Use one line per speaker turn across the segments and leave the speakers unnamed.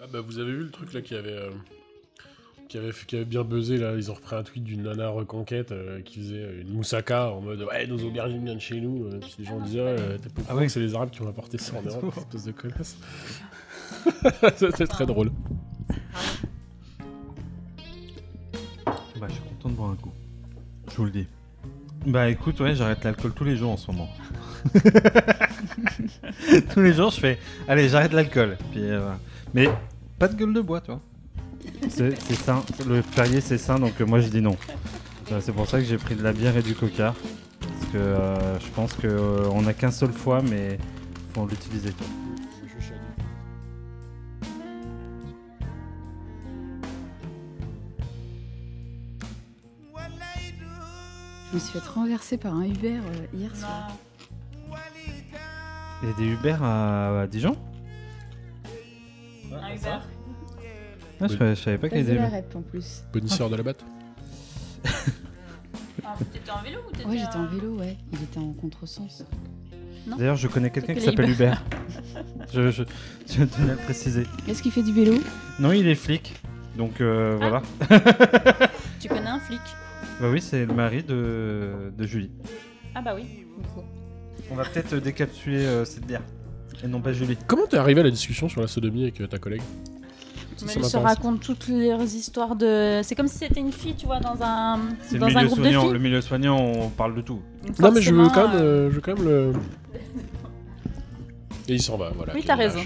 Ah bah vous avez vu le truc là qui avait euh, qui avait qui avait bien buzzé là, ils ont repris un tweet d'une nana reconquête euh, qui faisait une moussaka en mode ouais nos aubergines viennent de chez nous, euh, puis les gens disaient euh, t'es pas au
Ah
courant
oui.
que c'est les Arabes qui ont apporté ça en Europe, espèce de connasse. C'était très drôle.
Bah, je suis content de boire un coup. Je vous le dis. Bah, écoute, ouais, j'arrête l'alcool tous les jours en ce moment. tous les jours, je fais Allez, j'arrête l'alcool. Puis, euh, voilà. Mais pas de gueule de bois, toi. C'est c'est sain. Le férié, c'est sain, donc euh, moi, je dis non. Euh, C'est pour ça que j'ai pris de la bière et du coca. Parce que euh, je pense qu'on n'a qu'un seul foie, mais faut l'utiliser.
Je me suis fait renverser par un Uber euh, hier soir.
Il y a des Uber à, à Dijon
Un Uber.
Ah, je, savais- je savais pas qu'il y
Place
avait des
de la
Uber.
Rep en plus.
Bonisseur de la batte.
Ah, T'étais en vélo ou t'étais
Ouais, j'étais en
euh,
vélo, ouais. Il était en contresens.
Hein
D'ailleurs, je connais quelqu'un qui s'appelle
S'appelle
Hubert. je, je, je tenais à le préciser.
Est-ce qu'il fait du vélo
Non, il est flic. Donc
Ah.
euh, voilà.
Tu connais un flic
Bah oui, c'est le mari de, de Julie.
Ah bah oui. du coup.
On va peut-être euh, décapsuler euh, cette bière. Et non pas Julie.
Comment t'es arrivé à la discussion sur la sodomie avec euh, ta collègue Ça,
Mais
ça
ils se
m'intéresse.
racontent toutes leurs histoires de. C'est comme si c'était une fille, tu vois, dans un
C'est le
dans un
milieu
groupe de
soignant.
filles.
Le milieu soignant, on parle de tout.
Donc
Non mais je veux
forcément,
quand même
euh,
euh, je veux quand même le Et il s'en va voilà.
Oui,
il
t'as
lâche.
raison.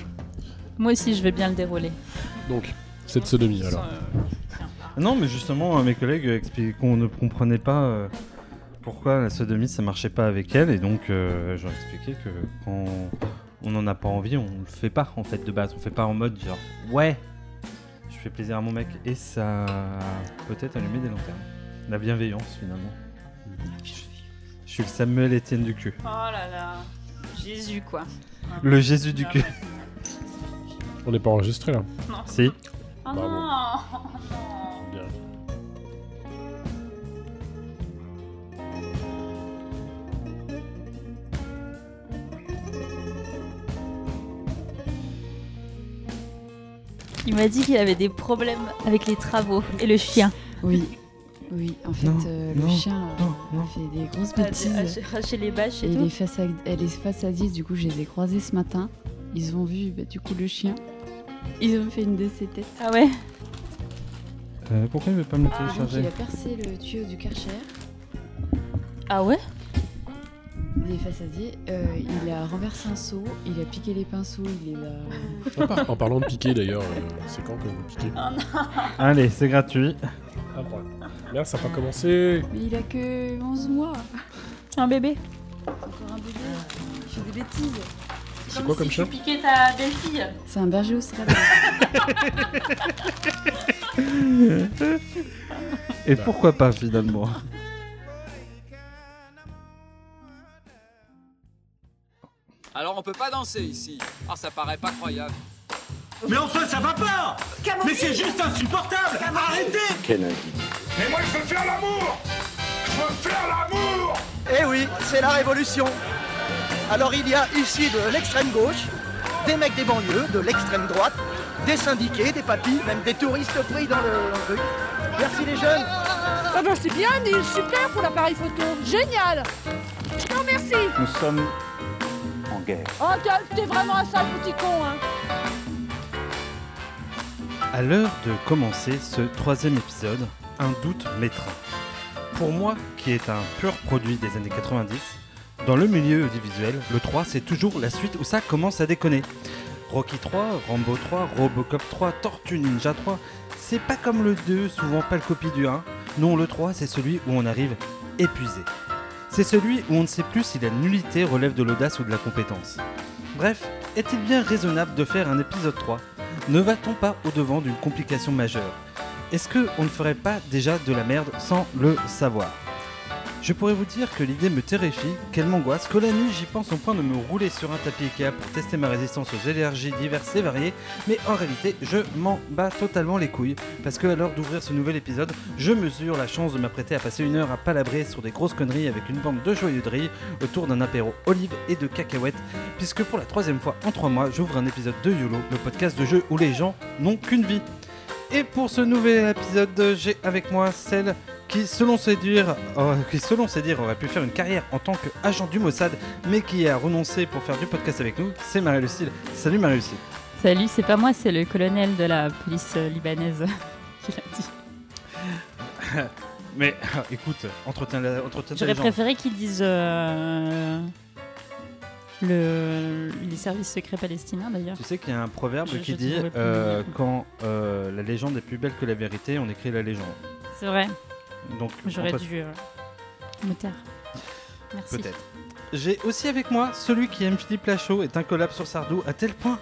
Moi aussi, je vais bien le dérouler.
Donc cette sodomie alors.
Non, mais justement, euh, mes collègues expliquaient qu'on ne comprenait pas euh, pourquoi la sodomie, ça marchait pas avec elle. Et donc, euh, je leur expliquais que quand on n'en a pas envie, on le fait pas, en fait, de base. On fait pas en mode genre, ouais, je fais plaisir à mon mec. Et ça a peut-être allumé des lanternes. La bienveillance, finalement. Je suis le Samuel Etienne du cul.
Oh là là. Jésus, quoi.
Le Jésus du
Ah,
cul.
euh,
On n'est pas enregistré là.
non.
Si.
Oh
Bravo.
non
Bien.
Il m'a dit qu'il avait des problèmes avec les travaux et le chien.
Oui. Oui, en fait,
Non,
euh,
non,
le chien euh,
non, Oh, non.
fait des grosses
Ah,
bêtises.
j'ai Arraché les bâches
Et
et
il est,
tout.
face à, elle est face à 10, du coup, je les ai croisés ce matin. Ils ont vu, bah, du coup, le chien. Ils ont fait une de ses têtes.
Ah ouais
Euh, pourquoi il veut pas me le
Et Ah, donc,
télécharger
il a percé le tuyau du Karcher,
Ah ouais
il est face à 10. euh, il a renversé un seau, il a piqué les pinceaux, il les a...
En, par- en parlant de piquer d'ailleurs, euh, c'est quand que vous piquez
Allez, c'est gratuit.
Ah, Merde, ça n'a pas commencé.
Mais il a que 11 mois
C'est un bébé.
Encore un bébé Je fais des bêtises
C'est quoi comme
si
chien
Tu piquais ta belle-fille.
C'est un berger australien.
Et pourquoi pas, finalement
Alors on peut pas danser ici. Ah ça paraît pas croyable.
Mais enfin, ça va pas Mais c'est juste insupportable Arrêtez
Eh oui, c'est la révolution. Alors il y a ici de l'extrême gauche, des mecs des banlieues, de l'extrême droite, des syndiqués, des papilles, même des touristes pris dans le dans le truc. Merci les jeunes.
Ah ben c'est bien, Neil, super pour l'appareil photo. Génial Je t'en remercie
Nous sommes en guerre.
Oh, t'es- t'es vraiment un sale petit con, hein
À l'heure de commencer ce troisième épisode, un doute m'étreint. Pour moi, qui est un pur produit des années 90, dans le milieu audiovisuel, le 3 c'est toujours la suite où ça commence à déconner. Rocky 3, Rambo 3, Robocop 3, Tortue Ninja 3, c'est pas comme le 2, souvent pas le copie du 1. Non, le 3 c'est celui où on arrive épuisé. C'est celui où on ne sait plus si la nullité relève de l'audace ou de la compétence. Bref, est-il bien raisonnable de faire un épisode 3 ne va-t-on pas au-devant d'une complication majeure Est-ce que on ne ferait pas déjà de la merde sans le savoir Je pourrais vous dire que l'idée me terrifie, quelle m'angoisse, que la nuit j'y pense au point de me rouler sur un tapis Ikea pour tester ma résistance aux énergies diverses et variées, mais en réalité je m'en bats totalement les couilles, parce que à l'heure d'ouvrir ce nouvel épisode, je mesure la chance de m'apprêter à passer une heure à palabrer sur des grosses conneries avec une bande de joyeux drilles autour d'un apéro olive et de cacahuètes, puisque pour la troisième fois en trois mois, j'ouvre un épisode de YOLO, le podcast de jeu où les gens n'ont qu'une vie. Et pour ce nouvel épisode, j'ai avec moi celle qui, selon ses dires, euh, qui, selon ses dires, aurait pu faire une carrière en tant qu'agent du Mossad, mais qui a renoncé pour faire du podcast avec nous. C'est Marie-Lucille. Salut Marie-Lucille.
Salut, c'est pas moi, c'est le colonel de la police euh, libanaise qui l'a dit.
Mais écoute, entretien, la- entretien
J'aurais
ta légende.
préféré qu'ils disent euh, le, les services secrets palestiniens d'ailleurs.
Tu sais qu'il y a un proverbe
Je-
qui
je
dit
trouverais plus
euh,
mignon.
quand euh, la légende est plus belle que la vérité, on écrit la légende.
C'est vrai,
Donc
j'aurais
on peut-
dû euh, me taire. Merci.
peut-être. J'ai aussi avec moi celui qui aime Philippe Lachaud est incollable sur Sardou à tel point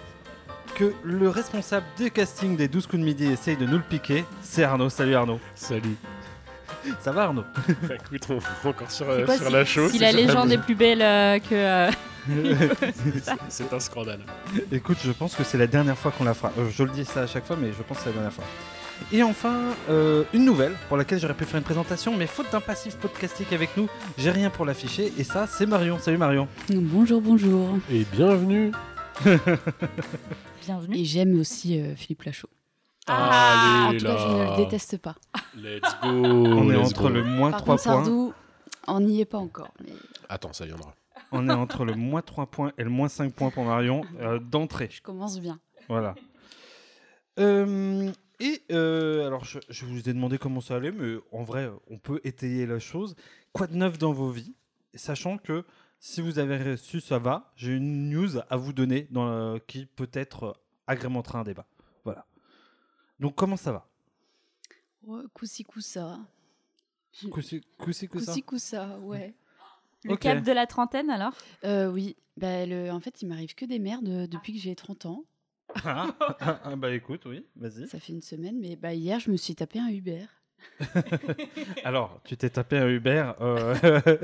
que le responsable des castings des 12 coups de midi essaye de nous le piquer. C'est Arnaud. Salut Arnaud.
Salut.
Ça va Arnaud
Bah, écoute, on est encore sur,
C'est
euh,
quoi
sur
si-
la chose.
Si la légende est plus belle euh, que. euh,
C'est un scandale.
Écoute, je pense que c'est la dernière fois qu'on la fera. Euh, je le dis ça à chaque fois, mais je pense que c'est la dernière fois. Et enfin, euh, une nouvelle pour laquelle j'aurais pu faire une présentation, mais faute d'un passif podcastique avec nous, j'ai rien pour l'afficher. Et ça, c'est Marion. Salut Marion.
Bonjour, bonjour.
Et bienvenue.
Bienvenue.
Et j'aime aussi euh, Philippe Lachaud.
Ah,
En tout cas, je ne le déteste pas.
Let's go.
On est
let's
entre
go.
le moins
Par
3
contre,
points.
Sardou, on n'y est pas encore. mais
Attends, ça viendra.
On est entre le moins 3 points et le moins 5 points pour Marion euh, d'entrée.
je commence bien.
Voilà. Euh, et euh, alors, je, je vous ai demandé comment ça allait, mais en vrai, on peut étayer la chose. Quoi de neuf dans vos vies Sachant que si vous avez reçu ça va, j'ai une news à vous donner dans la- qui peut-être agrémentera un débat. Voilà. Donc, comment ça va
Ouais, Coussi coussa.
Coussi, coussi, coussa
Coussi coussa, ouais.
Le
Ok.
cap de la trentaine alors
Euh, oui, bah, le... en fait, il m'arrive que des merdes euh, depuis que j'ai 30 ans.
Ah, ah, ah, bah écoute, oui, vas-y.
Ça fait une semaine, mais bah, hier, je me suis tapé un Uber.
Alors, tu t'es tapé un Uber. euh,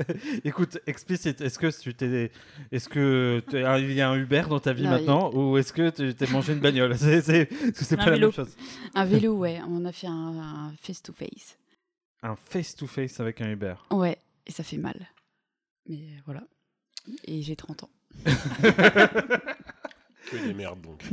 Écoute, explicite, est-ce que tu t'es, est-ce que t'es- ah, il y a un Uber dans ta vie
Non,
maintenant, ou est-ce que tu t'es mangé une bagnole C'est, c'est, c'est
Un
pas la
vélo.
même chose.
Un vélo, ouais. On a fait un- un face-to-face.
Un face-to-face avec un Uber.
Ouais, et ça fait mal. Mais euh, voilà. Et j'ai 30 ans.
Que des merdes donc.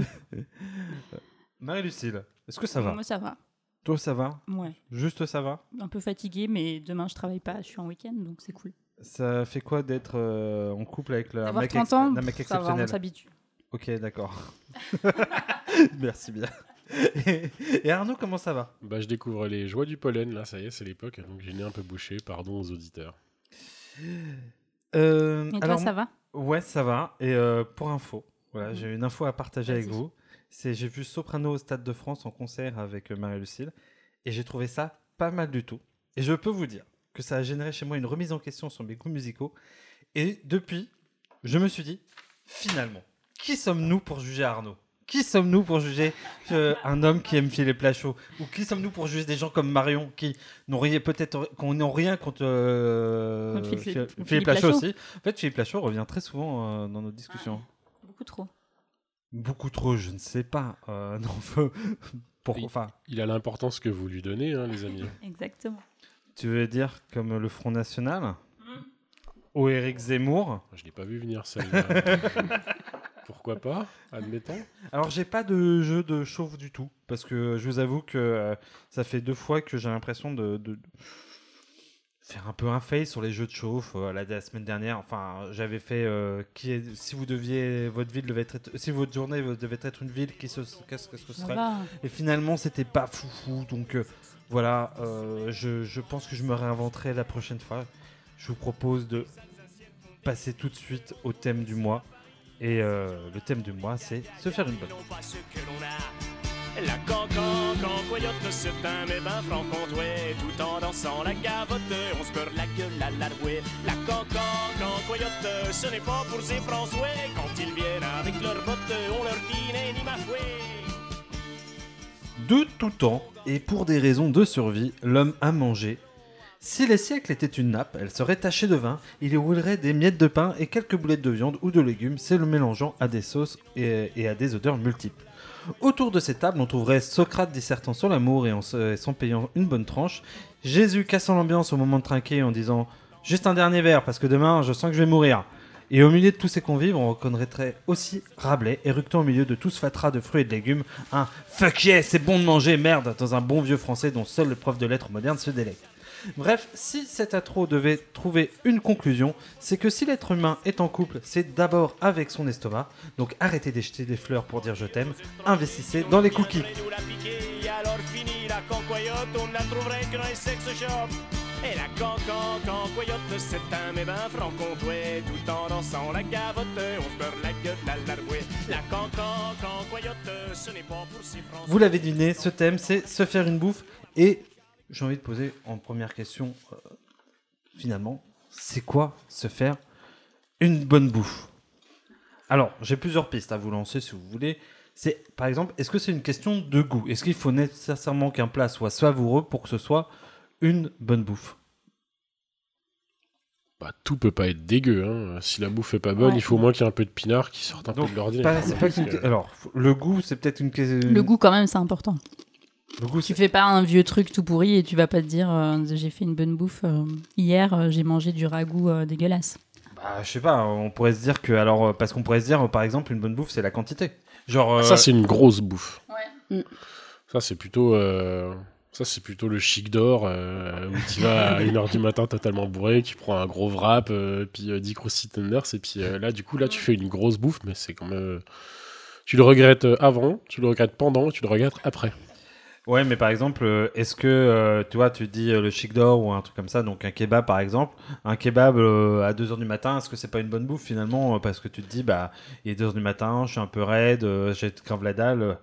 Marie-Lucille, est-ce que ça va
Moi ça va.
Toi, ça va
Ouais.
Juste ça va
Un peu fatiguée, mais demain je travaille pas, je suis en week-end donc c'est cool.
Ça fait quoi d'être euh, en couple avec la
D'avoir
mec,
30
ex-
ans,
la mec
ça va, on
exceptionnelle
s'habitue.
Ok, d'accord. Merci bien. Et, et Arnaud, comment ça va
Bah, je découvre les joies du pollen, là, ça y est, c'est l'époque, donc j'ai le nez un peu bouché, pardon aux auditeurs.
Euh,
Et
alors,
toi ça va
Ouais, ça va. Et euh, pour info, voilà, j'ai une info à partager avec
Mhm. Vas-y.
vous. C'est j'ai vu Soprano au Stade de France en concert avec euh, Marie-Lucille et j'ai trouvé ça pas mal du tout. Et je peux vous dire que ça a généré chez moi une remise en question sur mes goûts musicaux. Et depuis, je me suis dit, finalement, qui sommes-nous pour juger Arnaud Qui sommes-nous pour juger euh, un homme qui aime Philippe Lachaud Ou qui sommes-nous pour juger des gens comme Marion qui n'ont rien, peut-être, qu'on n'ont rien contre euh,
Contre Philippe-
Phil-
contre
Philippe,
Philippe
Lachaud
Lachaud.
aussi En fait, Philippe Lachaud revient très souvent euh, dans nos discussions.
Beaucoup trop.
Beaucoup trop, je ne sais pas. Euh, non, faut- pour,
Oui.
enfin,
Il a l'importance que vous lui donnez, hein, les amis.
Exactement.
tu veux dire comme le Front National Ou Éric Zemmour
Je l'ai pas vu venir, celle-là. Pourquoi pas, admettons.
Alors, j'ai pas de jeu de chauve du tout, parce que je vous avoue que euh, ça fait deux fois que j'ai l'impression de, de- de faire un peu un fail sur les jeux de chauve. euh, la, la semaine dernière, enfin, j'avais fait euh, qui est- si vous deviez votre ville devait être si votre journée devait être une ville, qui se qu'est-ce que ce serait
va.
Et finalement, c'était pas foufou. Donc euh, voilà, euh, je, je pense que je me réinventerai la prochaine fois. Je vous propose de passer tout de suite au thème du mois. Et euh, le thème du mois, c'est se faire une bonne.
On voit ce que l'on a. La cancan, cancoyote se teint mes 20 francs comptoués, tout en dansant la gavotte, on se beurre la gueule à la louée. La cancan, cancoyote, ce n'est pas pour ces Français, quand ils viennent avec leurs bottes, on leur dit Né, ni ma fouet.
De tout temps, et pour des raisons de survie, l'homme a mangé. Si les siècles étaient une nappe, elle serait tachée de vin, il y roulerait des miettes de pain et quelques boulettes de viande ou de légumes, c'est le mélangeant à des sauces et, et à des odeurs multiples. Autour de ces tables, on trouverait Socrate dissertant sur l'amour et en se- et s'en payant une bonne tranche, Jésus cassant l'ambiance au moment de trinquer en disant Juste un dernier verre parce que demain je sens que je vais mourir. Et au milieu de tous ces convives, on reconnaîtrait aussi Rabelais éructant au milieu de tout ce fatras de fruits et de légumes un Fuck yeah, c'est bon de manger, merde, dans un bon vieux français dont seul le prof de lettres modernes se délecte. Bref, si cet atro devait trouver une conclusion, c'est que si l'être humain est en couple, c'est d'abord avec son estomac. Donc arrêtez d'acheter des fleurs pour dire je t'aime, investissez dans les cookies.
Et alors fini la cancoyote, on ne la trouverait que dans les sex shops. Et la cancoyote, c'est un médin franc-comtois, tout en dansant la gavotte, on se beurre la gueule la largouée. La cancoyote, ce n'est pas pour si francs.
Vous l'avez deviné, ce thème c'est se faire une bouffe. Et j'ai envie de poser en première question, euh, finalement, c'est quoi se faire une bonne bouffe Alors, j'ai plusieurs pistes à vous lancer si vous voulez. C'est par exemple, est-ce que c'est une question de goût Est-ce qu'il faut nécessairement qu'un plat soit savoureux pour que ce soit une bonne bouffe
Bah, tout peut pas être dégueu. hein. Si la bouffe est pas bonne,
Ouais.
il faut au moins qu'il y ait un peu de pinard qui sorte un
Donc,
peu de l'ordinaire. hein,
pas- c'est pas qu'une-
Parce que-
Alors, f- le goût, c'est peut-être une question.
Le goût, quand même, c'est important.
Le goût,
tu fais pas un vieux truc tout pourri et tu vas pas te dire euh, j'ai fait une bonne bouffe. euh, hier, euh, j'ai mangé du ragoût euh, dégueulasse.
Bah, je sais pas, on pourrait se dire que. Alors, euh, parce qu'on pourrait se dire, euh, par exemple, une bonne bouffe, c'est la quantité. Genre. euh,
Ah, Ça, c'est une grosse bouffe.
Mm.
Ça, c'est plutôt. euh, Ça, c'est plutôt le chic d'or euh, où tu vas à 1h du matin totalement bourré, qui prend un gros wrap, euh, puis euh, 10 Krusty Tenders, et puis euh, là, du coup, là, tu fais une grosse bouffe, mais c'est quand même. euh, Tu le regrettes euh, avant, tu le regrettes pendant, tu le regrettes après.
Ouais, mais par exemple, euh, est-ce que, euh, tu vois, tu dis euh, le chic d'or ou un truc comme ça, donc un kebab par exemple, un kebab euh, à 2h du matin, est-ce que c'est pas une bonne bouffe finalement euh, Parce que tu te dis, bah, il est 2h du matin, je suis un peu raide, euh, j'ai grave la dalle, euh,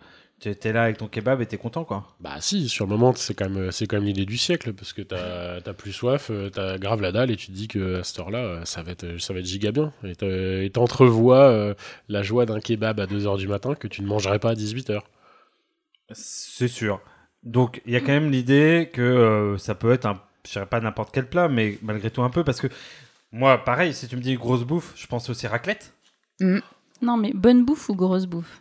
t'es t'es là avec ton kebab et t'es content quoi.
Bah si, sur le moment, c'est quand même, euh, c'est quand même l'idée du siècle, parce que t'as, t'as plus soif, euh, t'as grave la dalle, et tu te dis que à cette heure-là, euh, ça va être, ça va être giga bien. Et t'e- et t'entrevois euh, la joie d'un kebab à 2h du matin que tu ne mangerais pas à 18h.
C'est sûr. Donc il y a quand même l'idée que euh, ça peut être un, je dirais pas n'importe quel plat, mais malgré tout un peu, parce que moi, pareil, si tu me dis grosse bouffe, je pense aussi raclette.
Non, mais bonne bouffe ou grosse bouffe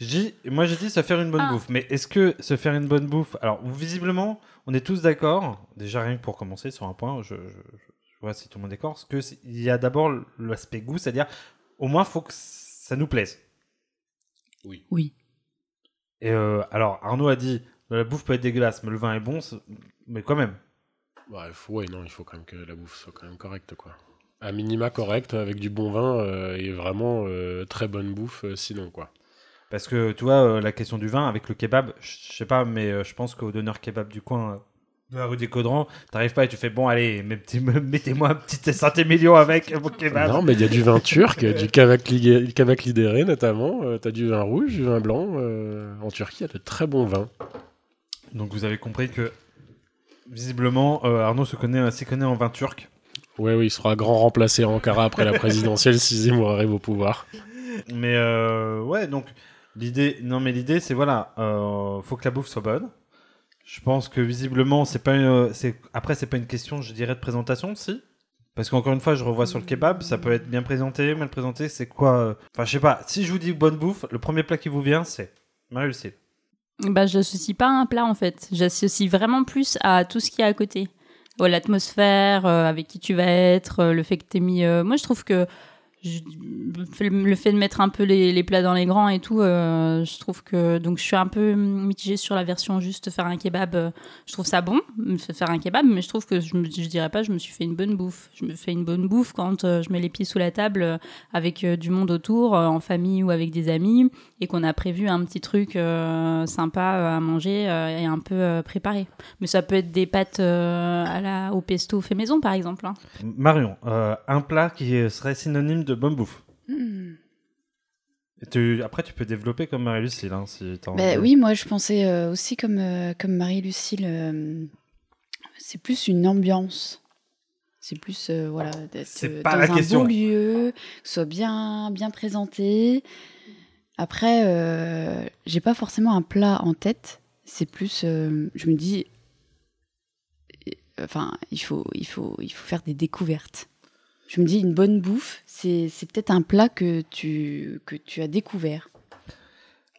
Je dis- moi j'ai dit se faire une bonne bouffe, mais est-ce que se faire une bonne bouffe, alors visiblement on est tous d'accord, déjà rien que pour commencer sur un point, je, je- je vois si tout le monde est d'accord, parce que c'est- il y a d'abord l'aspect goût, c'est-à-dire au moins faut que ça nous plaise.
Oui.
Oui.
Et euh, alors Arnaud a dit la bouffe peut être dégueulasse, mais le vin est bon, c'est- mais quand même.
Bah, il faut, ouais, non, il faut quand même que la bouffe soit quand même correcte, quoi. À minima correct, avec du bon vin, euh, et vraiment euh, très bonne bouffe, euh, sinon, quoi.
Parce que tu vois, euh, la question du vin avec le kebab, je je sais pas, mais euh, je pense qu'au donneur kebab du coin euh, de la rue des Caudrons, t'arrives pas et tu fais bon, allez, mettez- mettez-moi un petit Saint-Émilion avec mon kebab.
Non, mais il y a du vin turc, du kavak ligue- kavak lidéré notamment. euh, T'as du vin rouge, du vin blanc. euh, en Turquie, il y a de très bons vins.
Donc vous avez compris que visiblement euh, Arnaud se connaît, euh, s'y connaît en vin turc.
Ouais, oui, il sera grand remplacé à Ankara après la présidentielle si Zemmour arrive au pouvoir.
Mais euh, ouais, donc l'idée, non mais l'idée c'est voilà, euh, faut que la bouffe soit bonne. Je pense que visiblement c'est pas, une- euh, c'est après c'est pas une question, je dirais de présentation, si. Parce qu'encore une fois, je revois sur le kebab, ça peut être bien présenté, mal présenté, c'est quoi euh, Enfin, je sais pas. Si je vous dis bonne bouffe, le premier plat qui vous vient, c'est Marie-Lucille.
Bah, j'associe pas à un plat en fait. J'associe vraiment plus à tout ce qu'il y a à côté. Oh, L'atmosphère, euh, avec qui tu vas être, euh, le fait que t'aies mis. euh, Moi, je trouve que je- le fait de mettre un peu les, les plats dans les grands et tout, euh, je trouve que. Donc, je suis un peu mitigée sur la version juste faire un kebab. euh, je trouve ça bon, me f- faire un kebab, mais je trouve que je, me- je dirais pas, je me suis fait une bonne bouffe. Je me fais une bonne bouffe quand euh, je mets les pieds sous la table euh, avec euh, du monde autour, euh, en famille ou avec des amis, et qu'on a prévu un petit truc euh, sympa euh, à manger euh, et un peu euh, préparé. Mais ça peut être des pâtes euh, à la, au pesto fait maison, par exemple. hein.
Marion, euh, un plat qui serait synonyme de bonne bouffe.
Hmm.
Et tu- après, tu peux développer comme Marie-Lucille, hein, si t'as
Bah
envie.
oui, moi je pensais euh, aussi comme, euh, comme Marie-Lucille, euh, c'est plus une ambiance. C'est plus euh, voilà d'être
C'est
euh,
pas
dans
la
un
question.
beau lieu, que ce soit bien bien présenté. Après, euh, j'ai pas forcément un plat en tête. C'est plus, euh, je me dis, enfin, il faut, il faut, il faut faire des découvertes. Je me dis, une bonne bouffe, c'est, c'est peut-être un plat que tu, que tu as découvert.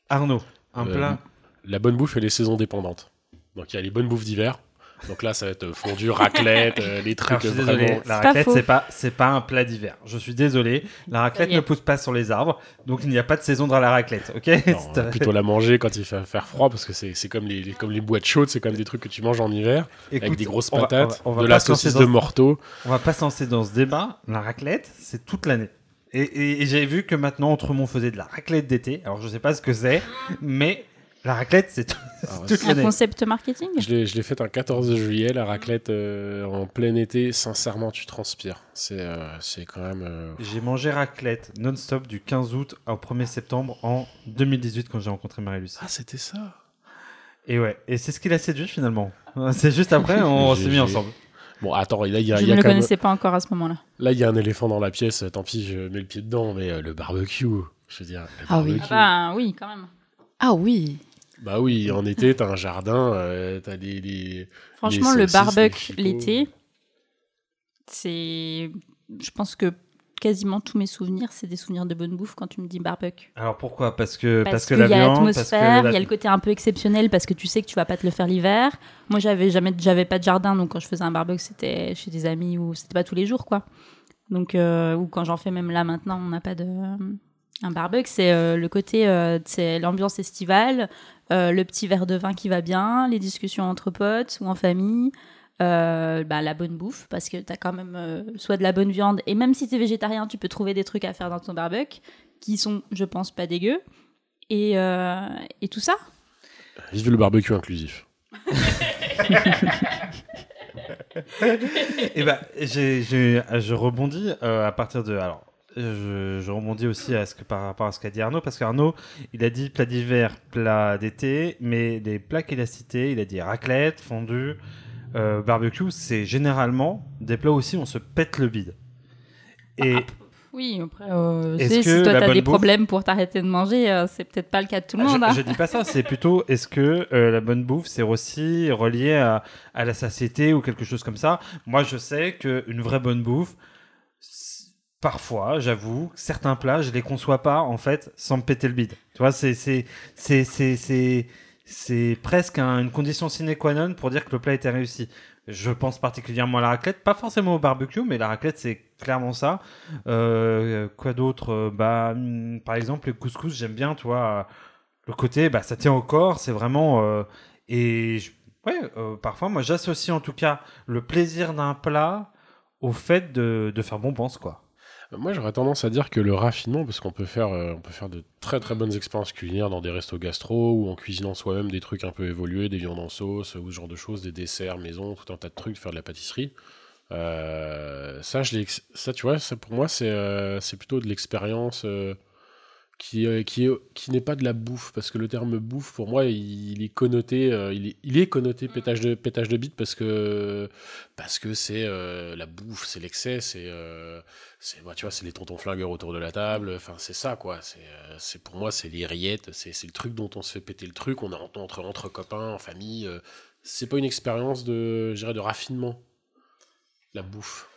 Arnaud, un
Euh,
plat.
La bonne bouffe, elle est saison dépendante. Donc il y a les bonnes bouffes d'hiver. Donc là, ça va être fondue, raclette, euh, les trucs
Alors, je suis
vraiment-
désolé, la
pas
raclette,
faux.
c'est pas, c'est pas un plat d'hiver. Je suis désolé, la raclette
y est.
ne pousse pas sur les arbres, donc il n'y a pas de saison dans la raclette, ok
Non, on va plutôt la manger quand il va faire froid parce que c'est c'est comme les, les- comme les boîtes chaudes, c'est quand même des trucs que tu manges en hiver avec
Écoute,
des grosses
on va-
patates,
on va- on va
de
pas
la
se lancer
saucisse
dans
de
ce-
morteau.
On va pas se lancer dans ce débat. La raclette, c'est toute l'année. Et, et- et j'ai vu que maintenant, Entremont faisait de la raclette d'été. Alors, je sais pas ce que c'est, mais la raclette, c'est tout- c'est toute
Un
l'année.
concept marketing
Ah, Je l'ai- je l'ai faite un 14 juillet, la raclette euh, en plein été. Sincèrement, tu transpires. C'est euh, c'est quand même. euh,
J'ai mangé raclette non-stop du 15 août au 1er septembre en 2018 quand j'ai rencontré Marie-Lucie.
Ah, c'était ça
Et ouais, et c'est ce qui l'a séduit finalement. C'est juste après, on s'est mis
GG.
ensemble.
Bon, attends, et là, il y a,
Je
il y
ne
a
le
quand même-
connaissais pas encore à ce moment-là.
Là, il y a un éléphant dans la pièce, tant pis, je mets le pied dedans, mais euh, le barbecue, je veux dire. le
Ah oui.
barbecue.
Ah bah oui, quand même.
Ah oui.
Bah oui, en été, t'as un jardin, euh, t'as des, des-
Franchement,
des
le
saucisses,
barbecue
des chipots.
l'été, c'est. Je pense que quasiment tous mes souvenirs, c'est des souvenirs de bonne bouffe quand tu me dis barbecue.
Alors pourquoi Parce que, parce que
qu'il
la
y a
viande, parce que
l'atmosphère,
la-
il y a le côté un peu exceptionnel parce que tu sais que tu vas pas te le faire l'hiver. Moi, j'avais jamais, j'avais pas de jardin, donc quand je faisais un barbecue, c'était chez des amis ou c'était pas tous les jours, quoi. Donc euh, ou quand j'en fais même là maintenant, on n'a pas de un barbecue, c'est euh, le côté, euh, c'est l'ambiance estivale, euh, le petit verre de vin qui va bien, les discussions entre potes ou en famille. euh, bah, la bonne bouffe parce que t'as quand même euh, soit de la bonne viande et même si t'es végétarien tu peux trouver des trucs à faire dans ton barbecue qui sont je pense pas dégueux et, euh, et tout ça.
Vive le barbecue inclusif.
Et ben, j'ai- j'ai- je rebondis euh, à partir de. Alors, je, je rebondis aussi à ce que, par rapport à ce qu'a dit Arnaud, parce qu'Arnaud, il a dit plat d'hiver, plat d'été, mais les plats qu'il a cités, il a dit raclette, fondue, euh, barbecue, c'est généralement des plats aussi où on se pète le bide. Et
Ah, Oui, après, euh,
Est-ce
c'est-
que
si toi
la
t'as
bonne
des
bouffe-
problèmes pour t'arrêter de manger, euh, c'est peut-être pas le cas de tout le
Ah,
monde.
je-
hein.
Je, dis pas ça, c'est plutôt est-ce que euh, la bonne bouffe c'est aussi relié à, à la satiété ou quelque chose comme ça Moi je sais qu'une vraie bonne bouffe, s- parfois j'avoue, certains plats je les conçois pas en fait sans me péter le bide. Tu vois, c'est c'est- c'est- c'est- c'est- c'est presque un- une condition sine qua non pour dire que le plat était réussi. Je pense particulièrement à la raclette, pas forcément au barbecue, mais la raclette c'est clairement ça. Euh, quoi d'autre Euh, Bah, hum, par exemple le couscous, j'aime bien, tu vois. euh, le côté, bah, ça tient au corps, c'est vraiment. euh, et je- ouais, euh, parfois, moi, j'associe en tout cas le plaisir d'un plat au fait de, de faire bon pense, quoi.
Moi, j'aurais tendance à dire que le raffinement, parce qu'on peut faire, euh, on peut faire de très très bonnes expériences culinaires dans des restos gastro ou en cuisinant soi-même des trucs un peu évolués, des viandes en sauce ou ce genre de choses, des desserts maison, tout un tas de trucs, faire de la pâtisserie. Euh, ça, je l'ai ex- ça, tu vois, ça pour moi, c'est euh, c'est plutôt de l'expérience euh, qui euh, qui est- qui n'est pas de la bouffe, parce que le terme bouffe, pour moi, il, il est connoté, euh, il, est, il est connoté pétage de pétage de bite parce que parce que c'est euh, la bouffe, c'est l'excès, c'est euh, c'est bah, tu vois, c'est les tontons flingueurs autour de la table, enfin c'est ça quoi, c'est euh, c'est pour moi c'est les rillettes, c'est c'est le truc dont on se fait péter le truc, on est entre entre, entre copains, en famille, euh, c'est pas une expérience de je dirais de raffinement. La bouffe.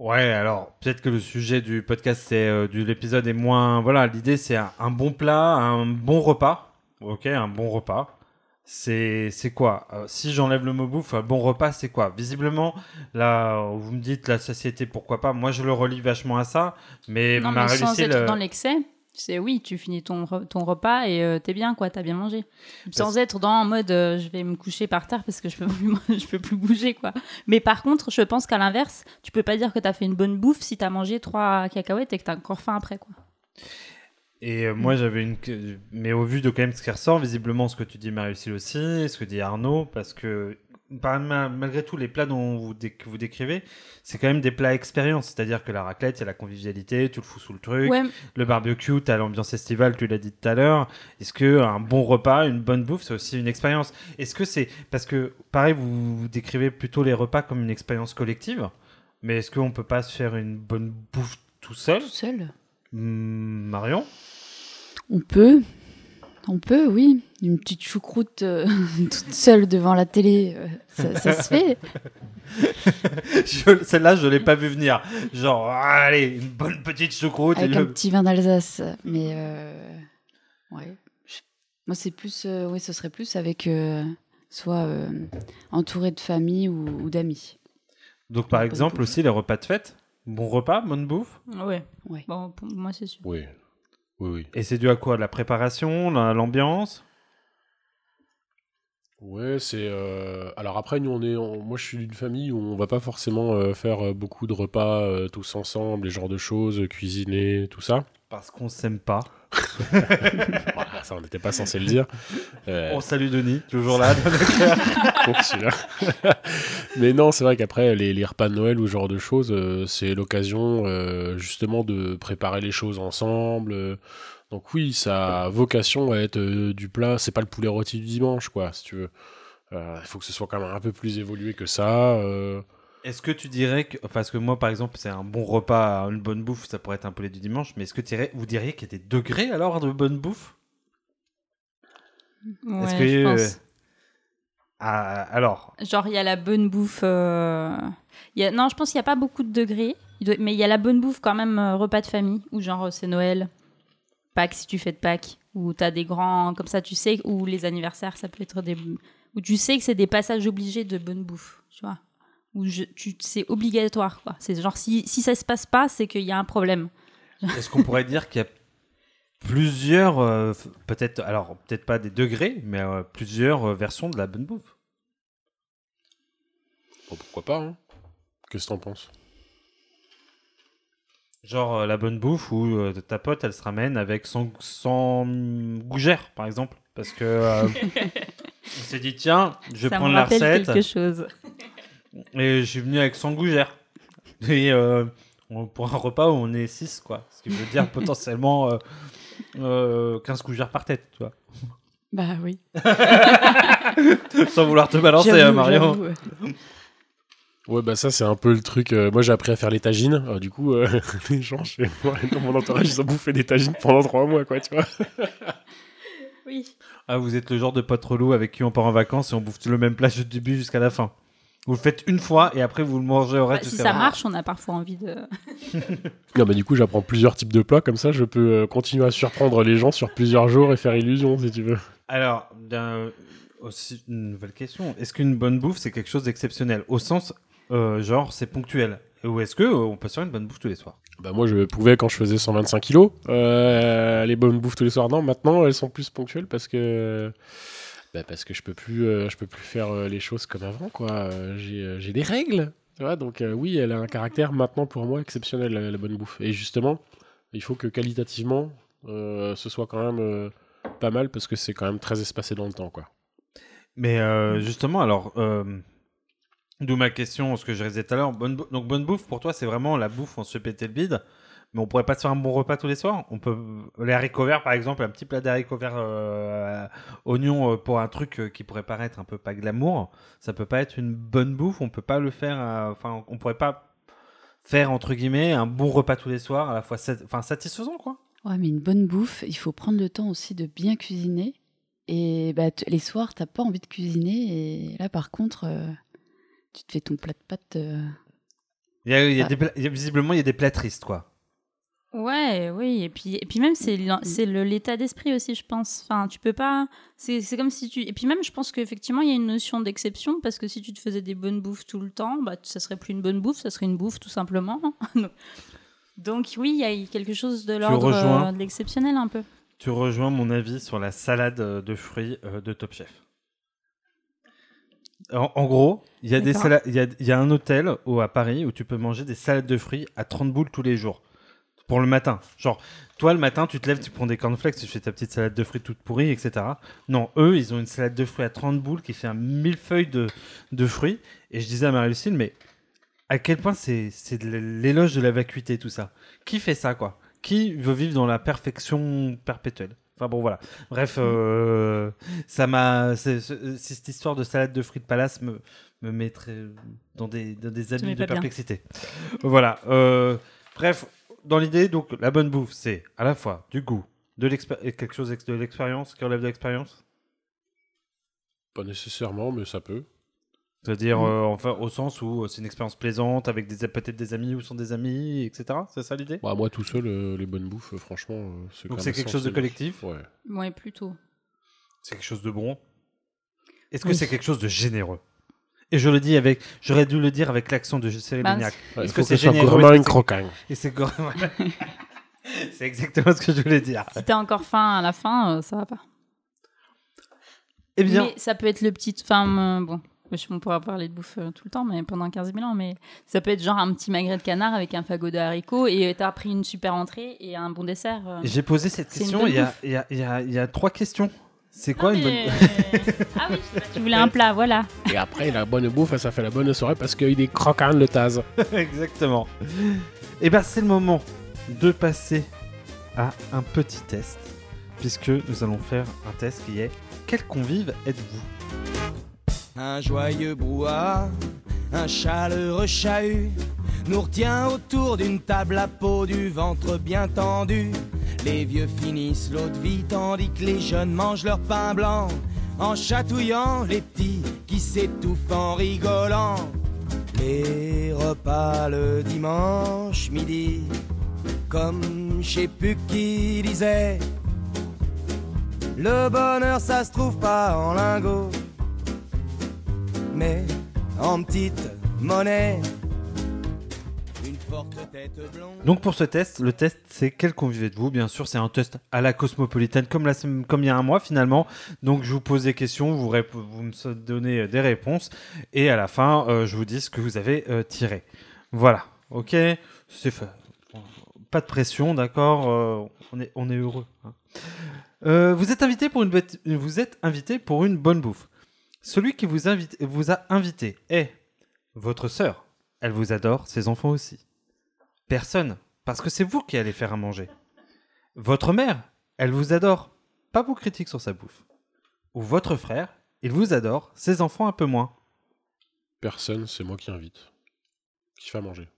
Ouais, alors peut-être que le sujet du podcast, c'est euh, du l'épisode est moins. Voilà, l'idée, c'est un, un bon plat, un bon repas. Ok, un bon repas. C'est c'est quoi Euh, Si j'enlève le mot bouffe, un bon repas, c'est quoi Visiblement, là, euh, vous me dites la société, pourquoi pas Moi, je le relie vachement à ça, mais
non, mais sans
Marie-Lucille,
être
euh,
dans l'excès, c'est oui, tu finis ton, re- ton repas et euh, t'es bien, quoi, t'as bien mangé. Sans
Parce-
être dans en mode euh, je vais me coucher par terre parce que je peux plus, je peux plus bouger, quoi. Mais par contre, je pense qu'à l'inverse, tu peux pas dire que t'as fait une bonne bouffe si t'as mangé trois cacahuètes et que t'as encore faim après, quoi.
Et euh, moi, j'avais une. que- Mais au vu de quand même ce qui ressort, visiblement, ce que tu dis, Marie-Lucille aussi, ce que dit Arnaud, parce que par- ma- malgré tout, les plats dont vous, dé- que vous décrivez, c'est quand même des plats expérience. C'est-à-dire que la raclette, il y a la convivialité, tu le fous sous le truc.
Ouais.
Le barbecue, tu as l'ambiance estivale, tu l'as dit tout à l'heure. Est-ce que un bon repas, une bonne bouffe, c'est aussi une expérience Est-ce que c'est. Parce que, pareil, vous, vous décrivez plutôt les repas comme une expérience collective, mais est-ce qu'on peut pas se faire une bonne bouffe tout seul Tout
seul
Marion
On peut, on peut, oui. une petite choucroute euh, toute seule devant la télé, euh, ça, ça se fait.
Je- Celle-là, je l'ai pas vu venir. Genre, allez, une bonne petite choucroute.
Avec
et
un
le-
petit vin d'Alsace. Mais euh, ouais. Je- Moi, c'est plus. euh, oui, ce serait plus avec. euh, soit euh, entouré de famille ou, ou d'amis.
Donc, par exemple, aussi les repas de fête. Bon repas, bonne bouffe.
Ouais. Bon, pour moi, c'est sûr.
Oui. Oui, oui.
Et c'est dû à quoi La préparation, la- l'ambiance
Ouais, c'est. euh, Alors après, nous, on est. on- Moi, je suis d'une famille où on va pas forcément euh, faire euh, beaucoup de repas euh, tous ensemble, les genres de choses, euh, cuisiner, tout ça.
Parce qu'on s'aime pas.
Voilà, ça, on n'était pas censé le dire.
On salue Denis, toujours là, dans le
Con, celui-là. Mais non, c'est vrai qu'après, les, les repas de Noël ou ce genre de choses, euh, c'est l'occasion euh, justement de préparer les choses ensemble. euh. donc oui, ça a vocation à être euh, du plat. C'est pas le poulet rôti du dimanche, quoi, si tu veux. Euh, Il faut que ce soit quand même un peu plus évolué que ça. euh.
Est-ce que tu dirais que. Parce que moi, par exemple, c'est un bon repas, une bonne bouffe, ça pourrait être un poulet du dimanche. Mais est-ce que tu dirais- vous diriez qu'il y a des degrés alors de bonne bouffe
Ouais,
Est-ce
je
euh,
pense.
ah, alors,
Genre, il y a la bonne bouffe. euh, il y a- Non, je pense qu'il n'y a pas beaucoup de degrés. Il doit- Mais il y a la bonne bouffe quand même, euh, repas de famille. Ou genre, euh, c'est Noël. Pâques, si tu fais de Pâques. Ou t'as des grands. Comme ça, tu sais. Ou les anniversaires, ça peut être des. Ou tu sais que c'est des passages obligés de bonne bouffe. Tu vois Ou je... tu... c'est obligatoire, quoi. C'est genre, si... si ça se passe pas, c'est qu'il y a un problème.
est-ce qu'on pourrait dire qu'il y a plusieurs. euh, f- peut-être. Alors, peut-être pas des degrés, mais euh, plusieurs euh, versions de la bonne bouffe
Bon, pourquoi pas hein. Qu'est-ce que t'en penses
Genre euh, la bonne bouffe où euh, ta pote elle se ramène avec son, son gougère par exemple. Parce que euh, on s'est dit tiens, je vais
Ça me
prendre la
rappelle
recette.
quelque chose.
Et je suis venu avec son gougère. Et euh, on- pour un repas où on est 6 quoi. Ce qui veut dire potentiellement euh, euh, 15 gougères par tête, tu vois.
Bah oui.
Sans vouloir te balancer,
J'avoue,
hein, Marion.
j'avoue, ouais. Ouais, bah ça, c'est un peu le truc. euh, moi, j'ai appris à faire les tagines. Alors, du coup, euh, les gens chez moi et dans mon entourage, ils ont bouffé des tagines pendant trois mois, quoi, tu vois.
Oui.
Ah, vous êtes le genre de pote relou avec qui on part en vacances et on bouffe le même plat du début jusqu'à la fin. Vous le faites une fois et après vous le mangez au
Bah,
reste
si
jusqu'à
ça
la fin.
marche, on a parfois envie de.
Non, bah du coup, j'apprends plusieurs types de plats, comme ça, je peux euh, continuer à surprendre les gens sur plusieurs jours et faire illusion, si tu veux.
Alors, d'un- aussi une nouvelle question. Est-ce qu'une bonne bouffe, c'est quelque chose d'exceptionnel Au sens, euh, genre, c'est ponctuel. Ou est-ce que euh, on peut se faire une bonne bouffe tous les soirs
Bah moi, je pouvais quand je faisais 125 kilos. Euh, les bonnes bouffes tous les soirs, non. Maintenant, elles sont plus ponctuelles parce que... Bah parce que je peux plus, euh, je peux plus faire euh, les choses comme avant, quoi. Euh, j'ai, euh, j'ai des règles, tu vois. Donc euh, oui, elle a un caractère maintenant pour moi exceptionnel, la, la bonne bouffe. Et justement, il faut que qualitativement, euh, ce soit quand même euh, pas mal parce que c'est quand même très espacé dans le temps, quoi.
Mais euh, justement, alors, euh, d'où ma question, ce que je disais tout à l'heure. Bonne bou- Donc, bonne bouffe, pour toi, c'est vraiment la bouffe, on se fait péter le bide. Mais on pourrait pas se faire un bon repas tous les soirs On peut. Les haricots verts, par exemple, un petit plat d'haricots verts euh, oignons euh, pour un truc euh, qui pourrait paraître un peu pas glamour. Ça peut pas être une bonne bouffe. On peut pas le faire. euh, Enfin, on pourrait pas faire, entre guillemets, un bon repas tous les soirs, à la fois sat- enfin, satisfaisant, quoi.
Ouais, mais une bonne bouffe, il faut prendre le temps aussi de bien cuisiner. Et bah, t- les soirs, t'as pas envie de cuisiner. Et là, par contre, euh, tu te fais ton plat de pâtes. euh,
Il y a- il y a
Ah.
des pla- il y a- visiblement, il y a des plats tristes, quoi.
Ouais, oui, et puis, et puis même c'est l'en- c'est le- l'état d'esprit aussi, je pense. Enfin, tu peux pas. C'est c'est comme si tu. Et puis même, je pense qu'effectivement, il y a une notion d'exception parce que si tu te faisais des bonnes bouffes tout le temps, bah, ça serait plus une bonne bouffe, ça serait une bouffe tout simplement. Donc oui, il y a quelque chose de l'ordre
rejoins.
euh, de l'exceptionnel un peu.
Tu rejoins mon avis sur la salade euh, de fruits euh, de Top Chef. En, en gros, il y, a des
D'accord.
salades- il y a, il y a un hôtel au- à Paris où tu peux manger des salades de fruits à 30 boules tous les jours. Pour le matin. Genre, toi, le matin, tu te lèves, tu prends des cornflakes, tu fais ta petite salade de fruits toute pourrie, etc. Non, eux, ils ont une salade de fruits à 30 boules qui fait un millefeuille de, de fruits. Et je disais à Marie-Lucille, mais à quel point c'est c'est de l'éloge de la vacuité, tout ça. Qui fait ça, quoi Qui veut vivre dans la perfection perpétuelle Enfin bon, voilà. Bref, euh, ça m'a. c'est- c'est- Cette histoire de salade de fruits de palace me, me mettrait dans des, dans des
mets
abîmes
pas
de
bien.
perplexité. voilà. euh, bref, dans l'idée, donc, la bonne bouffe, c'est à la fois du goût, de l'expé- et quelque chose de l'expérience, qui relève de l'expérience,
Pas nécessairement, mais ça peut.
C'est-à-dire,
Mm.
euh, enfin, au sens où euh, c'est une expérience plaisante avec des peut-être des amis ou sont des amis, etc. C'est ça l'idée
Bah, moi tout seul, euh, les bonnes bouffes, euh, franchement. euh, quand
Donc c'est
même
quelque chose de
essentiel.
collectif
Ouais.
Ouais, plutôt.
C'est quelque chose de bon. Est-ce que
Oui.
c'est quelque chose de généreux Et je le dis avec, j'aurais dû le dire avec l'accent de
Bah,
Cérémoniac.
c'est- Ouais, il
Est-ce
faut que ce soit gourmand
Est-ce
une
que c'est-
croquagne.
Et c'est gourmand. c'est exactement ce que je voulais dire.
Si t'as encore faim à la fin, euh, ça va pas.
Eh bien-
Mais ça peut être le petit. Enfin, euh, bon, je, on pourra parler de bouffe euh, tout le temps, mais pendant 15 000 ans. Mais ça peut être genre un petit magret de canard avec un fagot de haricots et euh, t'as pris une super entrée et un bon dessert. euh.
J'ai posé cette
C'est une
question
bonne
il y, a,
bouffe.
il, y a, il y a- il y a trois questions. C'est quoi une
mais-
bonne.
ah oui, tu voulais un plat, voilà.
Et après, la bonne bouffe, ça fait la bonne soirée parce qu'il est croquant le Taz.
Exactement. Et ben c'est le moment de passer à un petit test, puisque nous allons faire un test qui est quel convive êtes-vous
Un joyeux brouhaha, un chaleureux chahut nous retient autour d'une table à peau du ventre bien tendu. Les vieux finissent l'eau de vie tandis que les jeunes mangent leur pain blanc en chatouillant les petits qui s'étouffent en rigolant. Les repas le dimanche midi, comme je sais plus qui disait, le bonheur ça se trouve pas en lingots mais en petite monnaie. Une forte tête blonde.
Donc pour ce test, le test c'est quel convive êtes-vous Bien sûr, c'est un test à la cosmopolitaine comme la sem- comme il y a un mois finalement. Donc je vous pose des questions, vous rép- vous me donnez euh, des réponses et à la fin euh, je vous dis ce que vous avez euh, tiré. Voilà. OK, c'est fait. Pas de pression, d'accord euh, on, est, on est heureux. hein. Euh, vous, êtes invité pour une bête- vous êtes invité pour une bonne bouffe. Celui qui vous, invite, vous a invité est votre sœur. Elle vous adore, ses enfants aussi. Personne, parce que c'est vous qui allez faire à manger. Votre mère, elle vous adore, pas vos critiques sur sa bouffe. Ou votre frère, il vous adore, ses enfants un peu moins.
Personne, c'est moi qui invite. Qui fait à manger.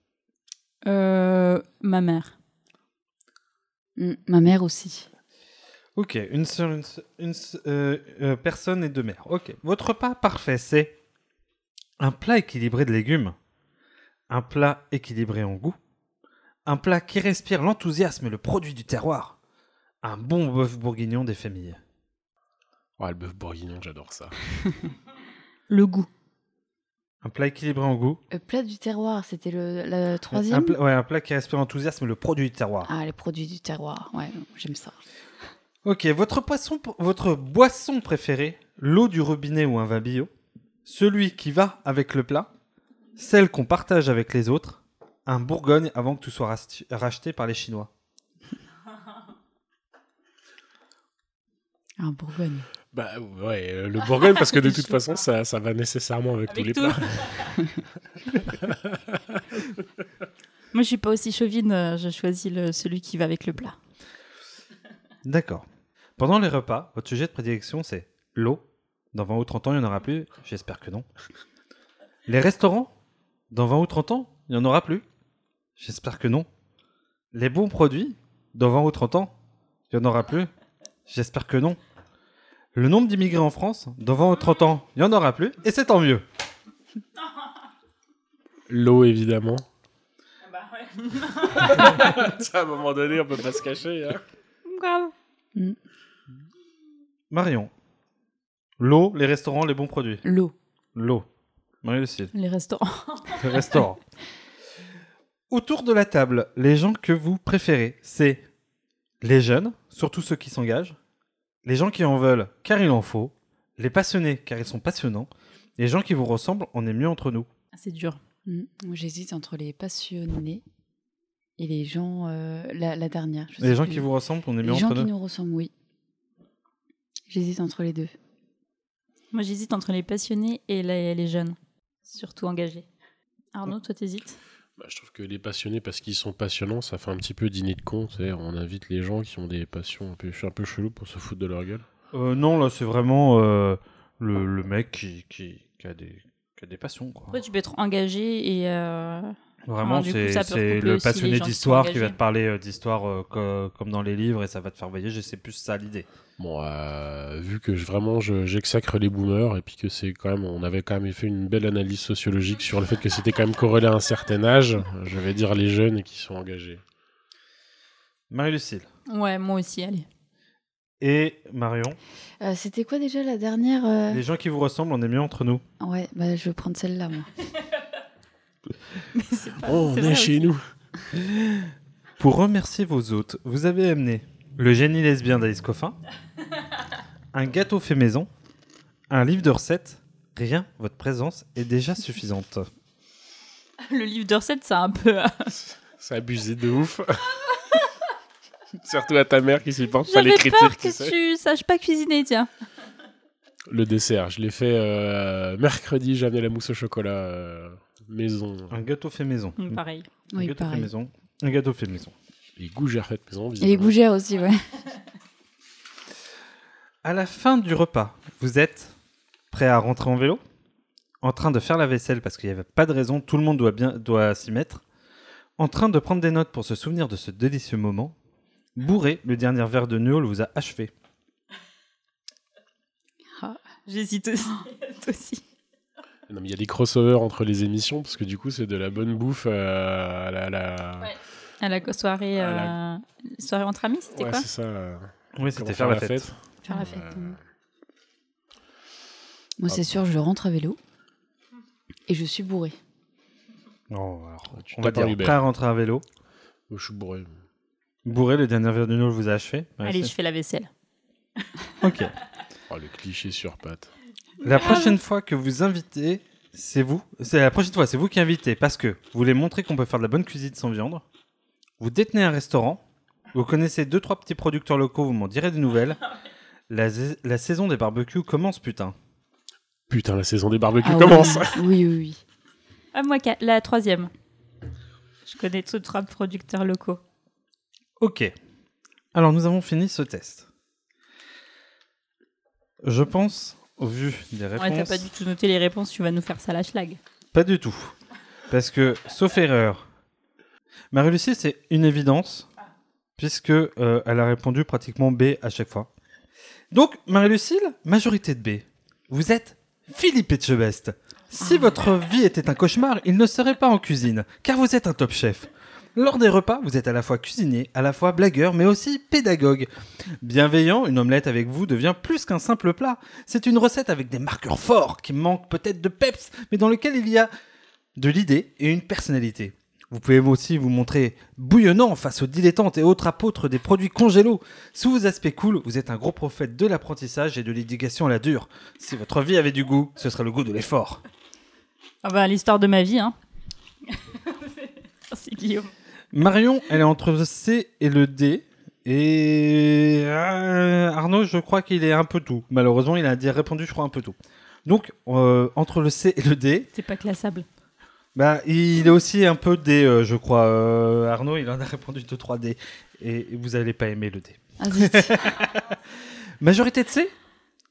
Euh, ma mère.
Mm, ma mère aussi.
Ok, une seule une seule- une seule- euh, euh, personne et deux mères. Ok, votre repas parfait, c'est un plat équilibré de légumes, un plat équilibré en goût, un plat qui respire l'enthousiasme et le produit du terroir, un bon bœuf bourguignon des familles.
Ouais, le bœuf bourguignon, j'adore ça.
Le goût.
Un plat équilibré en goût.
Le Euh, plat du terroir, c'était le, la troisième.
Un pla- ouais, un plat qui respire l'enthousiasme et le produit du terroir.
Ah, les produits du terroir, ouais, j'aime ça.
Ok, votre, poisson, votre boisson préférée, l'eau du robinet ou un vin bio, celui qui va avec le plat, celle qu'on partage avec les autres, un Bourgogne avant que tout soit rasti- racheté par les Chinois.
Un Bourgogne.
Bah ouais, euh, le Bourgogne, parce que de toute façon, ça, ça va nécessairement avec, tous les
Avec
plats.
Moi, je suis pas aussi chauvine, euh, je choisis le- celui qui va avec le plat.
D'accord. Pendant les repas, votre sujet de prédilection, c'est l'eau. Dans 20 ou 30 ans, il n'y en aura plus. J'espère que non. Les restaurants. Dans 20 ou 30 ans, il n'y en aura plus. J'espère que non. Les bons produits. Dans 20 ou 30 ans, il n'y en aura plus. J'espère que non. Le nombre d'immigrés en France. Dans 20 ou 30 ans, il n'y en aura plus. Et c'est tant mieux.
L'eau, évidemment.
à un moment donné, on peut pas se
hein.
cacher.
Grave.
Marion. L'eau, les restaurants, les bons produits.
L'eau.
L'eau. Marie Lucille.
Les restaurants.
Le restaurant. Autour de la table, les gens que vous préférez, c'est les jeunes, surtout ceux qui s'engagent, les gens qui en veulent car il en faut, les passionnés car ils sont passionnants, les gens qui vous ressemblent, on est mieux entre nous.
C'est dur.
Mm, J'hésite entre les passionnés et les gens. euh, la, la dernière. je
Les
sais
gens
plus.
qui vous ressemblent, on est mieux
Les gens
entre
qui
nous.
nous ressemblent, oui. J'hésite entre les deux.
Moi, j'hésite entre les passionnés et les, les jeunes, surtout engagés. Arnaud, toi, t'hésites
Bah, je trouve que les passionnés, parce qu'ils sont passionnants, ça fait un petit peu dîner de con. tu sais. On invite les gens qui ont des passions un peu, un peu chelou pour se foutre de leur gueule.
Euh, non, là, c'est vraiment euh, le, le mec qui, qui- qui a des, qui a des passions. Quoi.
Pourquoi tu peux être engagé et, euh,
Vraiment,
Ah, du coup,
c'est
ça peut
c'est
regrouper
le
aussi les
passionné
gens qui sont
d'histoire qui va
engagés.
te parler euh, d'histoire euh, co- comme dans les livres et ça va te faire voyager. C'est plus ça l'idée.
Bon, euh, vu que je, vraiment je- j'exacre les boomers et puis que c'est quand même, on avait quand même fait une belle analyse sociologique sur le fait que c'était quand même corrélé à un certain âge, je vais dire les jeunes qui sont engagés.
Marie-Lucille
Ouais, moi aussi, allez.
et Marion,
Euh, C'était quoi déjà la dernière euh,
les gens qui vous ressemblent, on est mieux entre nous.
Ouais, bah, je vais prendre celle-là, moi.
Ah,
Oh, on est chez nous.
Pour remercier vos hôtes, vous avez amené le génie lesbien d'Alice Coffin, un gâteau fait maison, un livre de recettes. Rien, votre présence est déjà suffisante.
Le livre de recettes, c'est un peu. hein.
C'est abusé de ouf. Surtout à ta mère qui supporte pas les
J'avais
critiques.
peur
tu
que
sais.
tu saches pas cuisiner, tiens.
Le dessert, je l'ai fait euh, mercredi, j'ai amené la mousse au chocolat euh, maison.
Un gâteau fait maison.
Mm, Pareil.
un
Oui,
gâteau fait
pareil.
maison. Un gâteau fait maison.
Les gougères faites maison.
Et les gougères aussi, ouais.
À la fin du repas, vous êtes prêt à rentrer en vélo, en train de faire la vaisselle parce qu'il n'y avait pas de raison, tout le monde doit bien doit s'y mettre, en train de prendre des notes pour se souvenir de ce délicieux moment. Bourré, le dernier verre de Null vous a achevé.
J'hésite aussi. Toi aussi.
Non, mais il y a des crossovers entre les émissions parce que du coup, c'est de la bonne bouffe euh, à la. à la-
À la soirée,
À Ah, la-
euh, soirée entre amis, c'était
Ouais, Euh,
quoi
c'est ça. euh,
Oui,
comment
c'était faire la fête.
Faire la fête.
Moi, c'est sûr, je rentre à vélo et je suis bourré.
Non, alors,
tu
on va
tapes un
dire
Uber.
prêt à rentrer à vélo.
Oh, Je suis bourré.
Bourré, le dernier verre de Null vous a achevé. Ouais,
Allez,
c'est-
je fais la vaisselle.
Ok.
Oh, le cliché sur pattes.
La prochaine fois que vous invitez, c'est vous. C'est la prochaine fois, c'est vous qui invitez parce que vous voulez montrer qu'on peut faire de la bonne cuisine sans viande. Vous détenez un restaurant. Vous connaissez deux trois petits producteurs locaux. Vous m'en direz des nouvelles. La, zai- la saison des barbecues commence, putain.
Putain, la saison des barbecues
Ah oui,
commence.
Oui, oui, oui.
Ah, moi, qua- la troisième. Je connais tous les trois producteurs locaux.
Ok. Alors nous avons fini ce test. Je pense, au vu des réponses,
Ouais, t'as pas du tout noté les réponses, tu vas nous faire ça la schlag.
Pas du tout. Parce que, sauf erreur, Marie-Lucie, c'est une évidence, puisque euh, elle a répondu pratiquement B à chaque fois. Donc, Marie-Lucille, majorité de B. Vous êtes Philippe Etchebest. Si votre vie était un cauchemar, il ne serait pas en cuisine, car vous êtes un top chef. Lors des repas, vous êtes à la fois cuisinier, à la fois blagueur, mais aussi pédagogue. Bienveillant, une omelette avec vous devient plus qu'un simple plat. C'est une recette avec des marqueurs forts qui manquent peut-être de peps, mais dans lequel il y a de l'idée et une personnalité. Vous pouvez aussi vous montrer bouillonnant face aux dilettantes et autres apôtres des produits congélos. Sous vos aspects cool, vous êtes un gros prophète de l'apprentissage et de l'éducation à la dure. Si votre vie avait du goût, ce serait le goût de l'effort.
Ah bah, l'histoire de ma vie, hein. Merci Guillaume.
Marion, elle est entre le C et le D. Et euh, Arnaud, je crois qu'il est un peu tout. Malheureusement, il a dit- répondu, je crois, un peu tout. Donc, euh, entre le C et le D,
C'est pas classable.
bah, il est aussi un peu D, euh, je crois. Euh, Arnaud, il en a répondu 2-3 D. Et vous n'allez pas aimer le D.
Ah, zut.
Majorité de C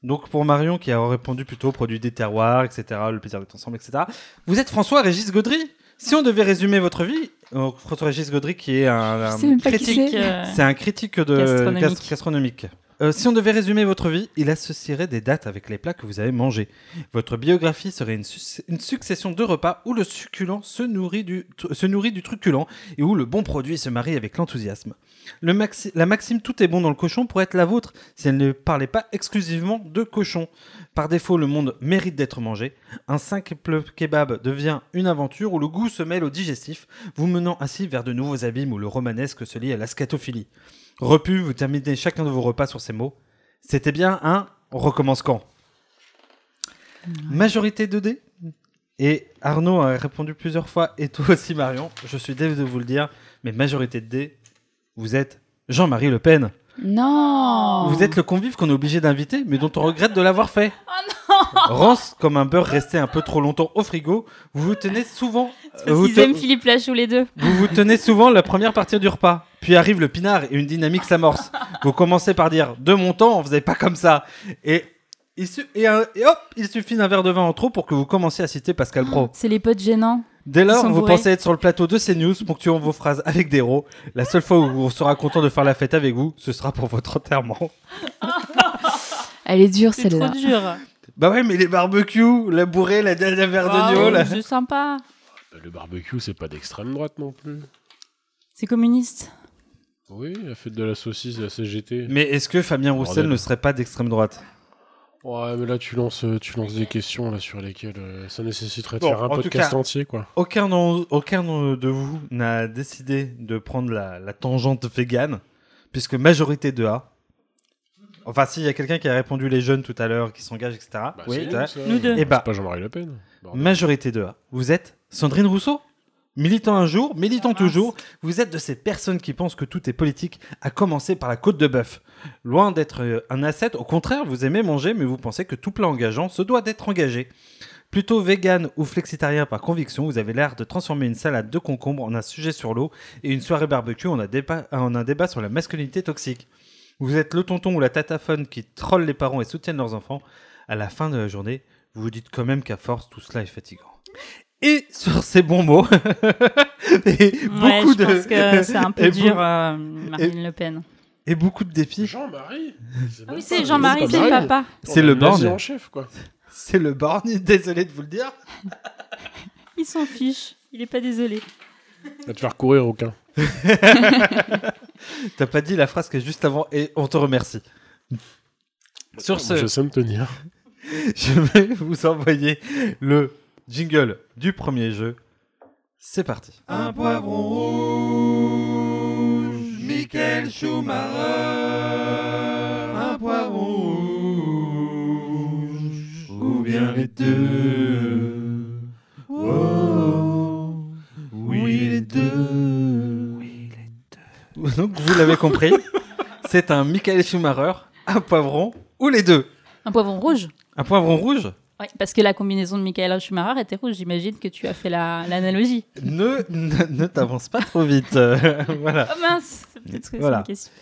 Donc pour Marion qui a répondu plutôt produit des terroirs, etc., le plaisir d'être ensemble, etc. Vous êtes François-Régis Gaudry Si on devait résumer votre vie, donc François-Régis Gaudry qui est un, un
sais même pas qui
critique,
c'est. Euh,
c'est un critique de
gastronomique.
gas- gastronomique. Euh, si on devait résumer votre vie, il associerait des dates avec les plats que vous avez mangés. Votre biographie serait une, su- une succession de repas où le succulent se nourrit, du, tru- se nourrit du truculent et où le bon produit se marie avec l'enthousiasme. Le maxi- la maxime tout est bon dans le cochon pourrait être la vôtre si elle ne parlait pas exclusivement de cochon. Par défaut, le monde mérite d'être mangé. Un simple kebab devient une aventure où le goût se mêle au digestif, vous menant ainsi vers de nouveaux abîmes où le romanesque se lie à la scatophilie. Repu, vous terminez chacun de vos repas sur ces mots. C'était bien un on recommence quand Majorité 2D Et Arnaud a répondu plusieurs fois, et toi aussi Marion, je suis désolé de vous le dire, mais majorité de D, vous êtes Jean-Marie Le Pen.
Oh.
Non
Vous êtes le convive qu'on est obligé d'inviter, mais dont on regrette de l'avoir fait.
Oh
Rance comme un beurre resté un peu trop longtemps au frigo, vous vous tenez souvent...
Parce
euh, vous
qu'ils
te-
aiment Philippe Lachaud les deux.
vous vous tenez souvent la première partie du repas. Puis arrive le pinard et une dynamique s'amorce. Vous commencez par dire De mon temps, on faisait pas comme ça. Et, il su- et, un- et hop, il suffit d'un verre de vin en trop pour que vous commenciez à citer Pascal Pro.
C'est les potes gênants.
Dès
Ils
lors,
sont
vous
bourrés.
pensez être sur le plateau de CNews, ponctuons vos phrases avec des rots. La seule fois où on sera content de faire la fête avec vous, ce sera pour votre enterrement.
Elle est dure
C'est
celle-là.
trop dur.
Bah ouais, mais les barbecues, la bourrée, la dernière verre
Waouh,
d'agneau, là.
C'est sympa.
Le barbecue, c'est pas d'extrême droite non plus.
C'est communiste.
Oui, la fête de la saucisse, la CGT.
Mais est-ce que Fabien Roussel
Bordel.
ne serait pas d'extrême droite
Ouais, mais là, tu lances, euh, tu lances des questions là, sur lesquelles euh, ça nécessiterait de
Bon,
faire un
en tout
podcast
cas,
entier, quoi.
Aucun, d'en- aucun d'en- de vous n'a décidé de prendre la, la tangente végane, puisque majorité de A. Enfin, s'il y a quelqu'un qui a répondu les jeunes tout à l'heure, qui s'engagent, etc.
Bah, c'est
oui,
nous,
t'as-
ça. Nous deux.
Eh ben,
C'est pas Jean-Marie Le Pen.
Majorité de A. Vous êtes Sandrine Rousseau Militant un jour, militant toujours, vous êtes de ces personnes qui pensent que tout est politique, à commencer par la côte de bœuf. Loin d'être euh, un asset, au contraire, vous aimez manger, mais vous pensez que tout plat engageant se doit d'être engagé. Plutôt vegan ou flexitarien par conviction, vous avez l'air de transformer une salade de concombre en un sujet sur l'eau et une soirée barbecue en un débat, en un débat sur la masculinité toxique. Vous êtes le tonton ou la tataphone qui trollent les parents et soutiennent leurs enfants. À la fin de la journée, vous vous dites quand même qu'à force, tout cela est fatigant. Et sur ces bons mots,
Ouais,
et beaucoup
je
de.
pense que c'est un peu
et
dur,
beau-
euh, Marine Le Pen.
Et beaucoup de défis.
Jean-Marie
Ah oui, c'est Jean-Marie, c'est le
pareil.
papa.
C'est le
nazi
borgne.
en chef, quoi.
C'est le borgne, désolé de vous le dire.
Il s'en fiche. Il est pas désolé.
Va te faire courir, aucun.
T'as pas dit la phrase que juste avant et on te remercie. Sur ce,
Je sais me tenir.
je vais vous envoyer le jingle du premier jeu. C'est parti.
Un poivron rouge, Michael Schumacher. Un poivron rouge, ou bien les deux. Oh, oui, les deux.
Donc vous l'avez compris, c'est un Michael Schumacher, un poivron ou les deux.
Un poivron rouge.
Un poivron rouge
Ouais, parce que la combinaison de Michael Schumacher était rouge. J'imagine que tu as fait la- l'analogie.
Ne, ne, ne t'avance pas trop vite. Euh, voilà.
Oh mince, c'est peut-être que c'est
Voilà.
une question.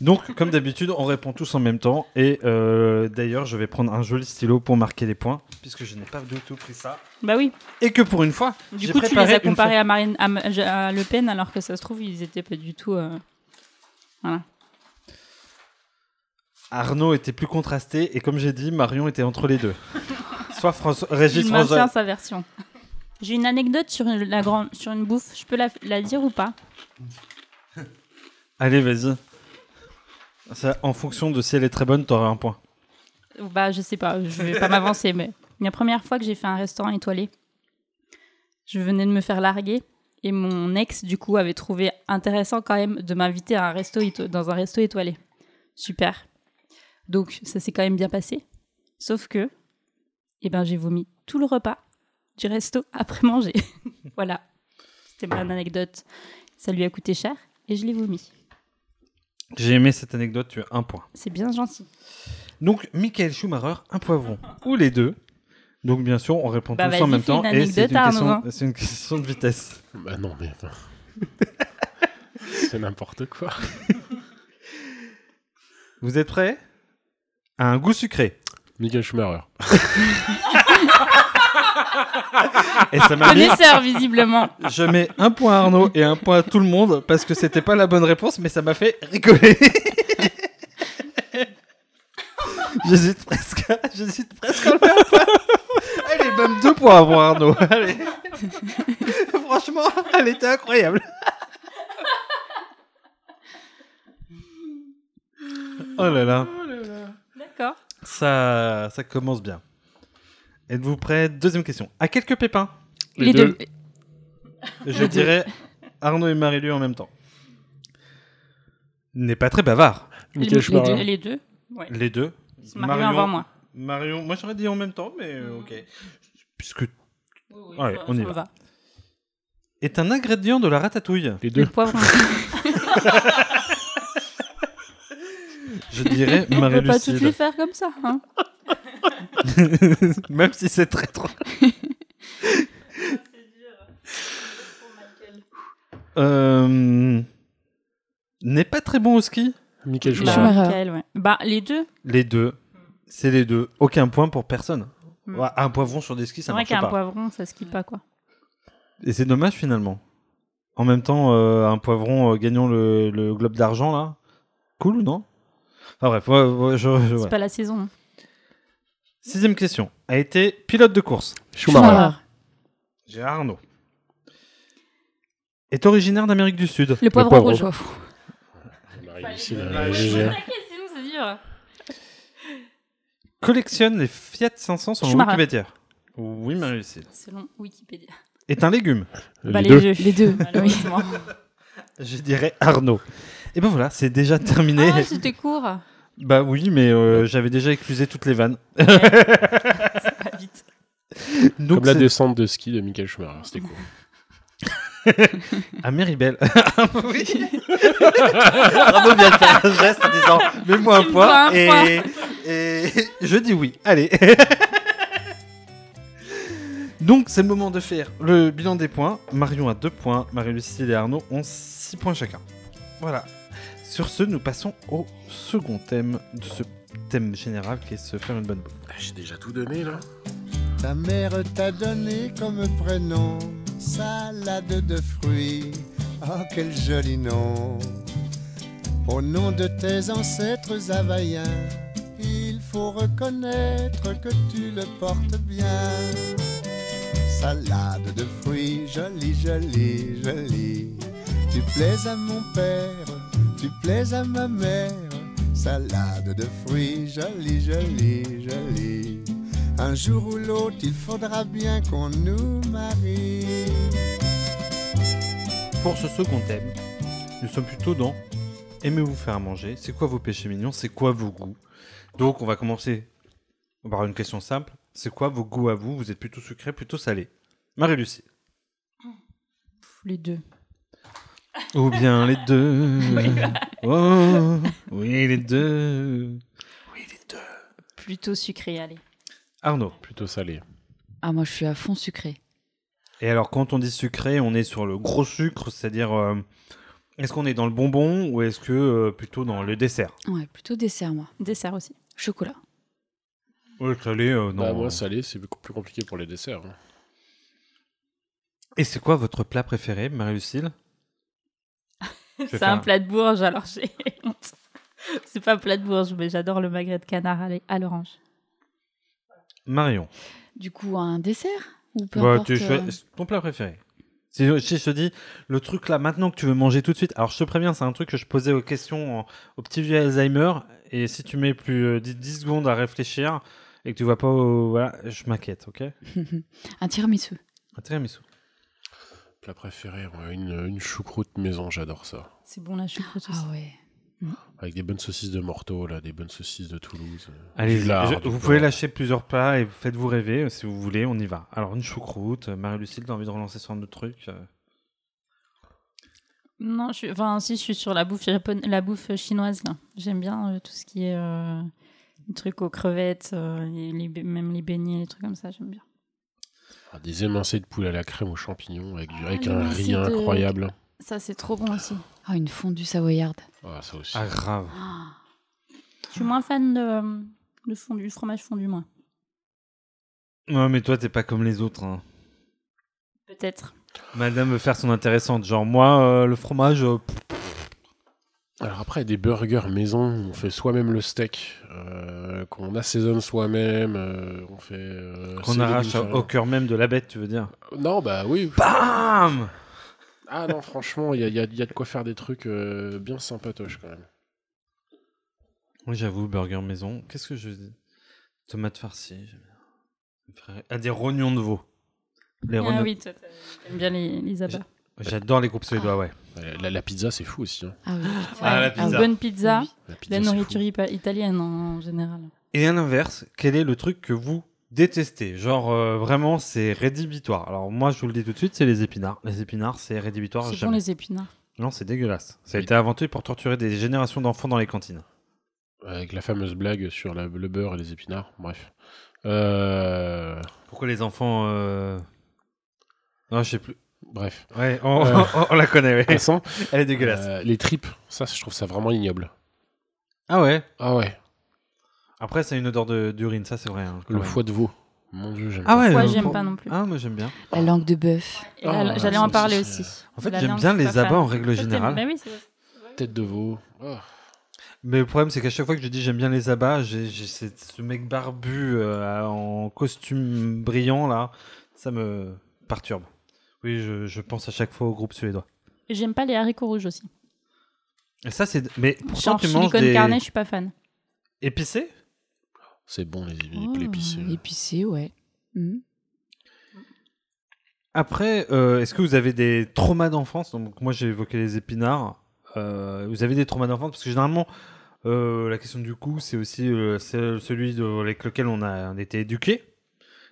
Donc, comme d'habitude, on répond tous en même temps. Et euh, d'ailleurs, je vais prendre un joli stylo pour marquer les points, puisque je n'ai pas du tout pris ça.
Bah oui.
Et que pour une fois,
Du
j'ai
coup, tu les
préparé
as
une
comparés
fa-
à, Marine, à, Ma- à Le Pen, alors que ça se trouve, ils étaient pas du tout. euh, Voilà.
Arnaud était plus contrasté, et comme j'ai dit, Marion était entre les deux. Soit François, Régis
Il maintient
François.
sa version. J'ai une anecdote sur une, la grande, sur une bouffe. Je peux la, la dire ou pas
Allez, vas-y. Ça, en fonction de si elle est très bonne, t'auras un point.
Bah, je sais pas. Je vais pas m'avancer, mais la première fois que j'ai fait un restaurant étoilé, je venais de me faire larguer et mon ex, du coup, avait trouvé intéressant quand même de m'inviter à un resto éto- dans un resto étoilé. Super. Donc, ça s'est quand même bien passé. Sauf que, eh ben, j'ai vomi tout le repas du resto après manger. voilà. C'était ma anecdote. Ça lui a coûté cher et je l'ai vomi.
J'ai aimé cette anecdote, tu as un point.
C'est bien gentil.
Donc, Michael Schumacher, un poivron, ou les deux. Donc, bien sûr, on répond
Bah,
tous en
vas-y,
même
fais
temps.
une
Et c'est
anecdote,
une,
Arnaud,
question-
hein.
c'est une question de vitesse.
Bah non, mais attends. c'est n'importe quoi.
Vous êtes prêts À un goût sucré.
Michael Schumacher.
Ah,
Et ça m'a mis-
Connaisseur, visiblement.
Je mets un point à Arnaud et un point à tout le monde parce que c'était pas la bonne réponse, mais ça m'a fait rigoler. J'hésite presque, à- j'hésite presque à le faire. Allez, même deux points à moi, Arnaud. Allez. Franchement, elle était incroyable. Oh là là,
D'accord.
ça, ça commence bien. Êtes-vous prêts Deuxième question. À quelques pépins
Les Les deux. deux.
Je dirais Arnaud et Marie-Lu en même temps. N'est pas très bavard.
Les- Michael les Schumacher. deux- les deux, ouais.
Les deux.
Marion avant moi.
Marion, moi j'aurais dit en même temps, mais euh, ok. Puisque.
oui,
Ouais,
ça-
on y
ça
va.
me va.
Est un ingrédient de la ratatouille.
Les
deux. Le poivron.
Je dirais
On peut
Marie-Lu
pas toutes les faire comme ça. hein.
Même si c'est très drôle. Euh, N'est pas très bon au ski.
Michael
Bah, Michael, ouais. Bah, les deux.
Les deux. C'est les deux. Aucun point pour personne.
Hmm.
Ouais, Un poivron sur des skis,
C'est
ça
vrai
marche
qu'un
pas.
poivron, ça skie pas quoi.
Et c'est dommage finalement. En même temps, euh, un poivron euh, gagnant le, le globe d'argent là, cool ou non Enfin bref, ouais, ouais, je- je-
C'est
ouais.
pas la saison.
Sixième question. A été pilote de course.
Oh
Schumacher. Schumacher.
Gérard Arnaud. Est originaire d'Amérique du Sud.
Le poivron Le poivron. rouge.
On arrive ici, là,
Bah,
la
ouais.
GGR.
c'est dur.
Collectionne les Fiat 500 sur
Schumacher.
Wikipédia. Oui, Marie-Lucille.
Selon Wikipédia.
Est un légume.
Bah, Les les deux. deux. Les deux,
Malheureusement.
oui.
Je dirais Arnaud. Et ben voilà, c'est déjà terminé.
Ah, c'était court.
Bah oui, mais euh, j'avais déjà éclusé toutes les vannes.
Eh, Pas vite.
Donc
Comme la
c'est-
descente de ski de Michael Schumacher, c'était cool.
à Méribel. oui. Arnaud vient de faire un geste en disant mets-moi un
Tu me
point
dois un
et,
point.
et je dis oui. Allez. Donc c'est le moment de faire le bilan des points. Marion a 2 points, Marie-Lucille et Arnaud ont 6 points chacun. Voilà. Sur ce, nous passons au second thème de ce thème général qui est se faire une bonne bouffe.
J'ai déjà tout donné là.
Ta mère t'a donné comme prénom salade de fruits. Oh, quel joli nom! Au nom de tes ancêtres havaïens, il faut reconnaître que tu le portes bien. Salade de fruits, jolie, jolie, jolie. Tu plais à mon père, tu plais à ma mère. Salade de fruits, jolie, jolie, jolie. Un jour ou l'autre, il faudra bien qu'on nous marie.
Pour ce second thème, nous sommes plutôt dans aimez-vous faire manger C'est quoi vos péchés mignons C'est quoi vos goûts Donc, on va commencer par une question simple c'est quoi vos goûts à vous Vous êtes plutôt sucré, plutôt salé Marie-Lucie.
Les deux.
Ou bien les deux.
Oui, bah.
Oh, oui, les deux.
Plutôt sucré, allez.
Arnaud.
Plutôt salé.
Ah, moi, je suis à fond sucré.
Et alors, quand on dit sucré, on est sur le gros sucre, c'est-à-dire euh, est-ce qu'on est dans le bonbon ou est-ce que euh, plutôt dans le dessert
Ouais, plutôt dessert, moi.
Dessert aussi.
Chocolat.
Ouais, salé, euh, non.
Bah, moi, salé, c'est beaucoup plus compliqué pour les desserts. hein.
Et c'est quoi votre plat préféré, Marie-Lucille Je vais
C'est
faire
un
un-
plat de Bourges, alors j'ai honte. C'est pas plat de Bourges, mais j'adore le magret de canard à l'é- à l'orange.
Marion.
Du coup, un dessert Ou peu
Bah,
importe,
tu choi-
euh,
Ton plat préféré. Si, si je te dis, le truc là, maintenant que tu veux manger tout de suite, alors je te préviens, c'est un truc que je posais aux questions en- au petit vieux Alzheimer, et si tu mets plus euh, dix- 10 secondes à réfléchir et que tu vois pas, au- voilà, je m'inquiète, ok
Un tiramisu.
Un tiramisu.
Plat préféré, ouais, une, une choucroute maison, j'adore ça.
C'est bon, la choucroute aussi.
Ah ouais.
Avec des bonnes saucisses de Morteau, là, des bonnes saucisses de Toulouse. euh,
Allez,
du lard, du
vous
porc.
pouvez lâcher plusieurs plats et faites-vous rêver euh, si vous voulez, on y va. Alors, une choucroute, euh, Marie-Lucille, t'as envie de relancer sur un autre truc euh,
Non, je suis... enfin, si, je suis sur la bouffe, japon... la bouffe chinoise, là. J'aime bien euh, tout ce qui est euh, les trucs aux crevettes, euh, les- les bé- même les beignets, les trucs comme ça, j'aime bien.
Ah, des émincés de poulet à la crème aux champignons avec, du, avec
Ah,
un
l'émincé
riz
de-
incroyable.
Ça, c'est trop bon aussi.
Ah, une fondue savoyarde.
Ah, ça aussi.
Ah, grave.
Je suis moins fan de, euh, de fondu, du fromage fondu, moi.
Ouais, mais toi, t'es pas comme les autres. hein.
Peut-être.
Madame veut faire son intéressante. Genre, moi, euh, le fromage, euh, pff,
Alors après, des burgers maison, on fait soi-même le steak, euh, qu'on assaisonne soi-même, euh, on fait... euh,
qu'on
ses
arrache
légumes,
au au cœur même de la bête, tu veux dire
Non, bah oui.
Bam
Ah non, franchement, il y a, il y a- il y a de quoi faire des trucs euh, bien sympatoches quand même.
Oui, j'avoue, burger maison. Qu'est-ce que je dis Tomates farcies. j'aime bien. Frère- Ah, des rognons de veau. Les
ah
rognons-
oui, toi, t'aimes- t'aimes bien les, les abats.
J'adore les coupes suédois, ouais.
La, la pizza, c'est fou aussi. hein.
Ah oui,
Ah, la
Ouais, Une
pizza.
bonne pizza,
Oui.
la,
pizza, c'est
nourriture ipa- italienne en, en général.
Et à l'inverse, quel est le truc que vous détestez Genre, euh, vraiment, c'est rédhibitoire. Alors, moi, je vous le dis tout de suite, c'est les épinards. Les épinards, c'est rédhibitoire.
C'est bon
jamais.
les épinards.
Non, c'est dégueulasse. Ça a été inventé pour torturer des générations d'enfants dans les cantines.
Avec la fameuse blague sur la- le beurre et les épinards, bref. Euh,
Pourquoi les enfants. euh, Non, Ah, je sais plus.
Bref.
Ouais, Ah, on,
Euh,
on- on la connaît, ouais.
passons.
Elle est dégueulasse.
Euh, les tripes, ça, je trouve ça vraiment ignoble.
Ah ouais
Ah ouais.
Après, c'est une odeur de- d'urine, ça c'est vrai. hein, quand
Le
même.
foie de veau. Mon dieu, j'aime
Ah ouais,
Moi,
euh,
j'aime
pour-
pas non plus.
Ah, oh, moi j'aime bien.
La langue de bœuf.
Et la- Ah, j'allais en ça parler aussi, aussi.
En fait,
La
j'aime
langue,
bien
je suis
les
pas
abats en
fan.
règle
Toi, t'aimes-
générale.
bah oui, c'est vrai.
Tête de veau. Ah,
Mais le problème, c'est qu'à chaque fois que je dis j'aime bien les abats, j'ai j'ai cette- ce mec barbu euh, en costume brillant là, ça me perturbe. Oui, je, je pense à chaque fois au groupe suédois.
J'aime pas les haricots rouges aussi.
Et ça, c'est. Mais pourtant,
Genre
tu
silicone
manges des.
carnet, je suis pas fan.
Épicé
C'est bon, les,
Oh
Épicé. Épicé, ouais. Mhm.
Après, euh, est-ce que vous avez des traumas d'enfance Donc, moi, j'ai évoqué les épinards. Euh, vous avez des traumas d'enfance Parce que généralement, euh, la question du coup, c'est aussi euh, celle- celui de- avec lequel on a, on a été éduqué.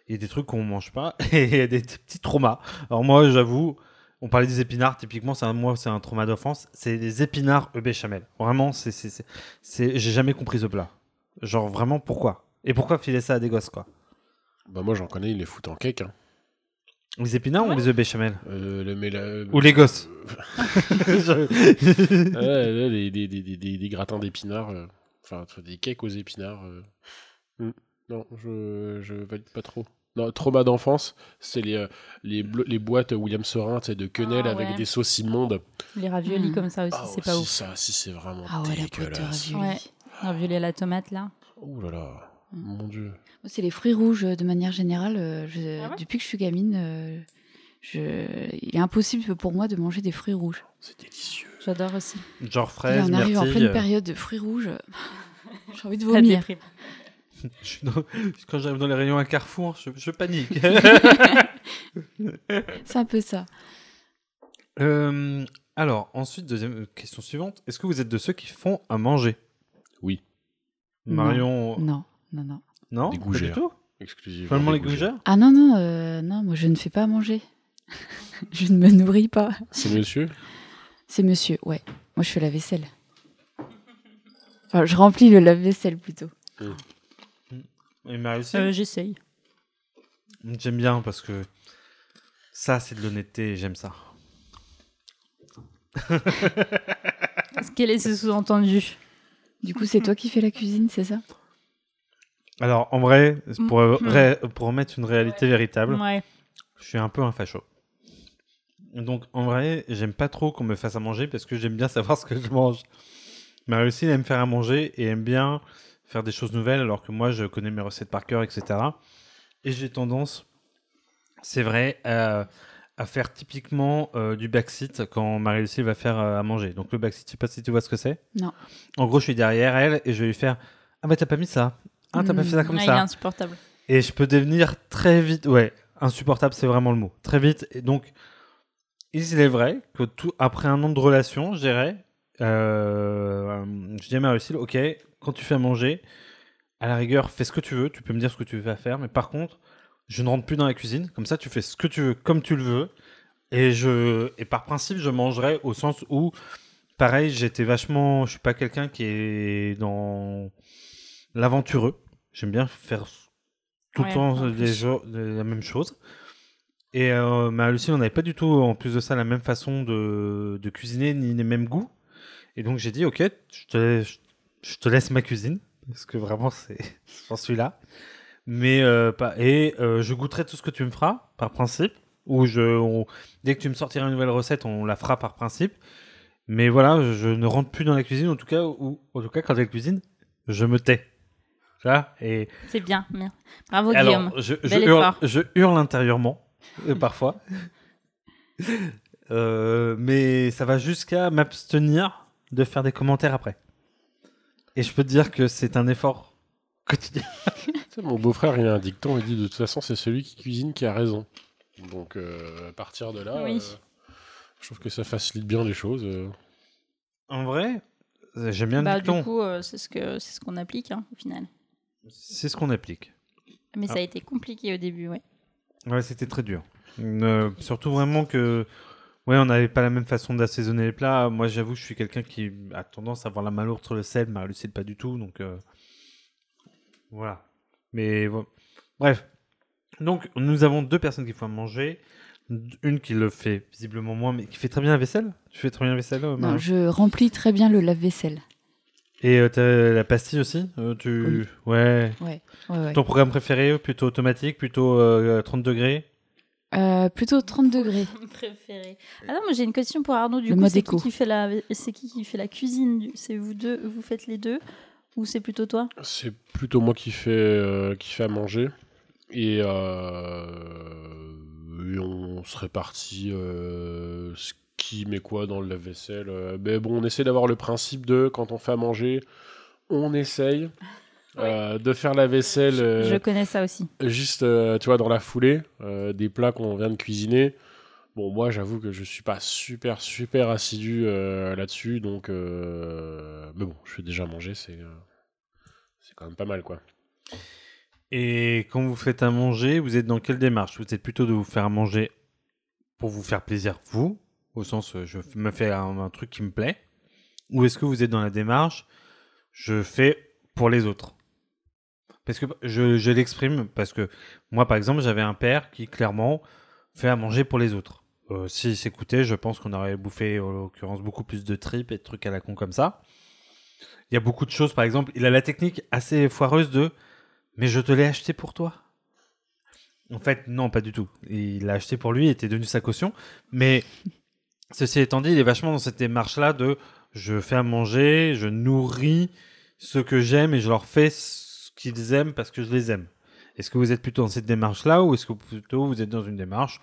Il y a des trucs qu'on mange pas et il y a des t- petits traumas. Alors, moi, j'avoue, on parlait des épinards. Typiquement, c'est un, moi, c'est un trauma d'enfance. C'est les épinards au béchamel. Vraiment, c'est, c'est, c'est, c'est- j'ai jamais compris ce plat. Genre, vraiment, pourquoi Et pourquoi filer ça à des gosses, quoi
Bah, moi, j'en connais, ils les foutent en cake. Hein.
Les épinards ou les œufs béchamel
Euh, le méla-
Ou les gosses.
Ouais, ouais, les, les- les- les- les- les gratins d'épinards. euh, Enfin, tu vois, des cakes aux épinards. euh.
Mm.
Hmm. Non, je, je valide pas trop. Non, trauma d'enfance, c'est les, euh, les, blo- les boîtes William Sorin, tu sais, de quenelle
Ah,
avec
ouais.
des sauces immondes.
Les raviolis comme ça aussi,
Ah,
c'est pas
si,
ouf.
ça, si, c'est vraiment
Ah ouais, la boîte de
dégueulasse.
raviolis.
Ouais. Raviolis à la tomate là.
Oh là là,
Mm.
mon dieu.
Moi, C'est les fruits rouges euh, de manière générale. euh, je- Depuis que je suis gamine, euh, je- il est impossible pour moi de manger des fruits rouges.
C'est délicieux.
J'adore aussi.
Genre
Et
fraises,
on arrive en
myrtilles,
pleine
euh,
période de fruits rouges. J'ai envie de
La
vomir.
déprime.
Je suis dans- Quand j'arrive dans les rayons à Carrefour, je, je panique.
C'est un peu ça.
Euh, alors, ensuite, deuxième euh, question suivante. Est-ce que vous êtes de ceux qui font à manger
Oui.
Marion.
Non, non, non.
Non,
Des
pas du
gougères.
tout.
Exclusivement.
Seulement
des
les gougères
Ah non, non, euh, non, moi je ne fais pas à manger. je ne me nourris pas.
C'est monsieur
C'est monsieur, ouais. Moi je fais la vaisselle. Enfin, je remplis le lave-vaisselle plutôt.
Et Marie aussi
Euh, J'essaye.
J'aime bien parce que ça, c'est de l'honnêteté et j'aime ça.
Ce qu'elle est, c'est sous-entendu.
Du coup, c'est toi qui fais la cuisine, c'est ça
Alors, en vrai,
Mm,
pour, euh,
Mm-hmm.
mm.
ré- pour mettre une réalité véritable,
Ouais.
je suis un peu un facho. Donc, en vrai, j'aime pas trop qu'on me fasse à manger parce que j'aime bien savoir ce que je mange. Ma aussi, elle aime faire à manger et aime bien faire des choses nouvelles alors que moi, je connais mes recettes par cœur, etc. Et j'ai tendance, c'est vrai, à, à faire typiquement euh, du backseat quand Marie-Lucie va faire euh, à manger. Donc, le backseat, je sais pas si tu vois ce que c'est.
Non.
En gros, je suis derrière elle et je vais lui faire Ah, bah, t'as pas mis ça. Ah, t'as pas fait ça comme
Mm. Ouais,
ça.
Il est insupportable.
Et je peux devenir très vite, ouais, insupportable, c'est vraiment le mot. Très vite. Et donc, il est vrai que tout, après un an de relation, je dirais, euh, je dis à ma Lucille, ok, quand tu fais à manger, à la rigueur, fais ce que tu veux, tu peux me dire ce que tu vas faire, mais par contre, je ne rentre plus dans la cuisine, comme ça, tu fais ce que tu veux, comme tu le veux. Et, je, et par principe, je mangerai au sens où, pareil, j'étais vachement. Je suis pas quelqu'un qui est dans l'aventureux. J'aime bien faire tout le
Ouais,
temps
en
des jo- des- la même chose. Et euh, ma Lucie, on n'avait pas du tout, en plus de ça, la même façon de, de cuisiner, ni les mêmes goûts. Et donc j'ai dit, ok, je te, laisse- je te laisse ma cuisine, parce que vraiment, c'est j'en suis là. Mais euh, pas, et euh, je goûterai tout ce que tu me feras, par principe. Ou je, on- dès que tu me sortiras une nouvelle recette, on la fera par principe. Mais voilà, je ne rentre plus dans la cuisine, en tout cas, ou en tout cas, quand elle cuisine, je me tais. Là, et
C'est bien. bien. Bravo,
alors,
Oh, Guillaume.
Je, je
Bel
hurle,
effort.
je hurle intérieurement, euh, parfois. Euh, mais ça va jusqu'à m'abstenir de faire des commentaires après. Et je peux te dire que c'est un effort quotidien.
Tu sais, mon beau-frère, il a un dicton, il dit de toute façon, c'est celui qui cuisine qui a raison. Donc, euh, à partir de là,
Oui.
euh, je trouve que ça facilite bien les choses. euh.
En vrai, euh, j'aime bien
Bah,
le dicton.
du coup, euh, c'est ce que c'est ce qu'on applique hein, au final.
C'est ce qu'on applique.
Mais ça
Ah.
a été compliqué au début, ouais.
Ouais, c'était très dur. Euh, surtout vraiment que. Ouais, on n'avait pas la même façon d'assaisonner les plats. Moi, j'avoue, je suis quelqu'un qui a tendance à avoir la malourde sur le sel. marie c'est pas du tout. Donc. euh, Voilà. Mais. bon. Bref. Donc, nous avons deux personnes qui font à manger. Une qui le fait visiblement moins, mais qui fait très bien la vaisselle. Tu fais très bien la vaisselle, euh,
Non,
Marie
je remplis très bien le lave-vaisselle.
Et euh, t'as la pastille aussi Euh, tu... ouais.
Ouais, ouais, ouais.
Ton programme préféré, plutôt automatique, plutôt euh, 30 degrés
Euh, plutôt 30 degrés.
préféré. Ah non, moi j'ai une question pour Arnaud. Du
Le
coup,
mode
c'est
éco.
qui, qui fait la, c'est qui qui fait la cuisine du- C'est vous deux, vous faites les deux, ou c'est plutôt toi
C'est plutôt moi qui fais, euh, qui fais à manger. Et, euh, et on se répartit euh, ce qui met quoi dans le lave-vaisselle. euh. mais bon, on essaie d'avoir le principe de quand on fait à manger, on essaye euh, de faire la vaisselle.
Je
euh,
connais ça aussi.
Juste, euh, tu vois, dans la foulée, euh, des plats qu'on vient de cuisiner. Bon, moi, j'avoue que je suis pas super, super assidu euh, là-dessus, donc. euh, Mais bon, je fais déjà manger, c'est. euh, C'est quand même pas mal, quoi.
Et quand vous faites à manger, vous êtes dans quelle démarche Vous êtes plutôt de vous faire à manger pour vous faire plaisir, vous, au sens euh, je f- me fais un, un truc qui me plaît, ou est-ce que vous êtes dans la démarche je fais pour les autres Parce que je, je l'exprime parce que moi, par exemple, j'avais un père qui clairement fait à manger pour les autres. Euh, S'il s'écoutait, je pense qu'on aurait bouffé en l'occurrence beaucoup plus de tripes et de trucs à la con comme ça. Il y a beaucoup de choses, par exemple, il a la technique assez foireuse de mais je te l'ai acheté pour toi. En fait, non, pas du tout. Il l'a acheté pour lui, il était devenu sa caution. Mais ceci étant dit, il est vachement dans cette démarche-là de je fais à manger, je nourris ce que j'aime et je leur fais ce qu'ils aiment parce que je les aime. Est-ce que vous êtes plutôt dans cette démarche-là ou est-ce que plutôt vous êtes dans une démarche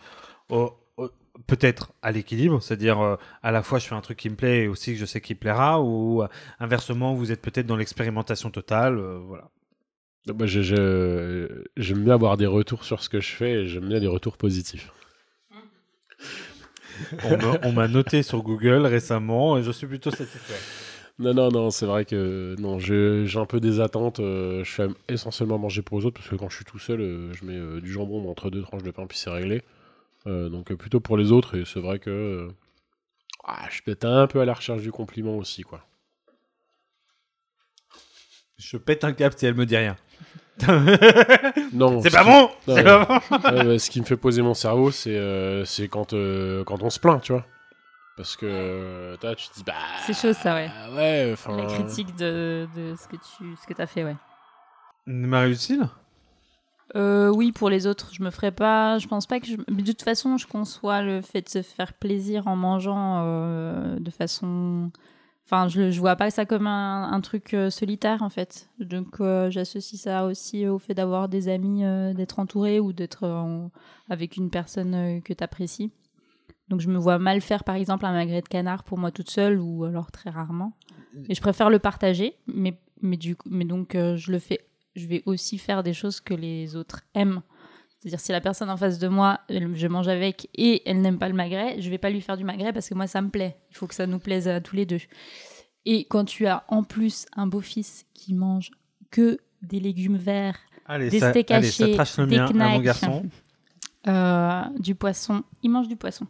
euh, euh, peut-être à l'équilibre, c'est-à-dire euh, à la fois je fais un truc qui me plaît et aussi que je sais qu'il plaira ou euh, inversement vous êtes peut-être dans l'expérimentation totale, euh, voilà.
Donc, moi, je- je- Bah, j'aime bien avoir des retours sur ce que je fais et j'aime bien des retours positifs.
On me- on m'a noté sur Google récemment et je suis plutôt satisfait.
Non, non, non, c'est vrai que non, je- j'ai un peu des attentes. euh, je fais essentiellement manger pour les autres parce que quand je suis tout seul, euh, je mets euh, du jambon entre deux tranches de pain puis c'est réglé. Euh, donc euh, plutôt pour les autres et c'est vrai que euh, ah, je suis peut-être un peu à la recherche du compliment aussi quoi.
Je pète un câble si elle me dit rien.
Non,
C'est
ce
pas
qui-
bon
Non,
C'est
euh,
pas bon
ouais, ouais, Ce qui me fait poser mon cerveau, c'est euh, c'est quand, euh, quand on se plaint, tu vois. Parce que euh, toi, tu te dis bah ah
C'est chaud ça, ouais.
ouais,
Euh.
enfin.
La critique de, de ce que tu, ce que t'as fait, ouais.
Marie-Lucille
Euh, oui, pour les autres, je me ferai pas. Je pense pas que. Je... mais De toute façon, je conçois le fait de se faire plaisir en mangeant euh, de façon. Enfin, je, je vois pas ça comme un, un truc euh, solitaire en fait. Donc, euh, j'associe ça aussi au fait d'avoir des amis, euh, d'être entouré ou d'être euh, en- avec une personne euh, que t'apprécies. Donc, je me vois mal faire par exemple un magret de canard pour moi toute seule ou alors très rarement. Et je préfère le partager, mais, mais, du coup- mais donc euh, je le fais. Je vais aussi faire des choses que les autres aiment. C'est-à-dire, si la personne en face de moi, elle- je mange avec et elle n'aime pas le magret, je vais pas lui faire du magret parce que moi, ça me plaît. Il faut que ça nous plaise à tous les deux. Et quand tu as en plus un beau-fils qui mange que des légumes verts,
Allez,
des
ça-
steaks
allez,
hachés,
ça trash le
des
mien à mon
knacks,
garçon.
euh, du poisson, il mange du poisson,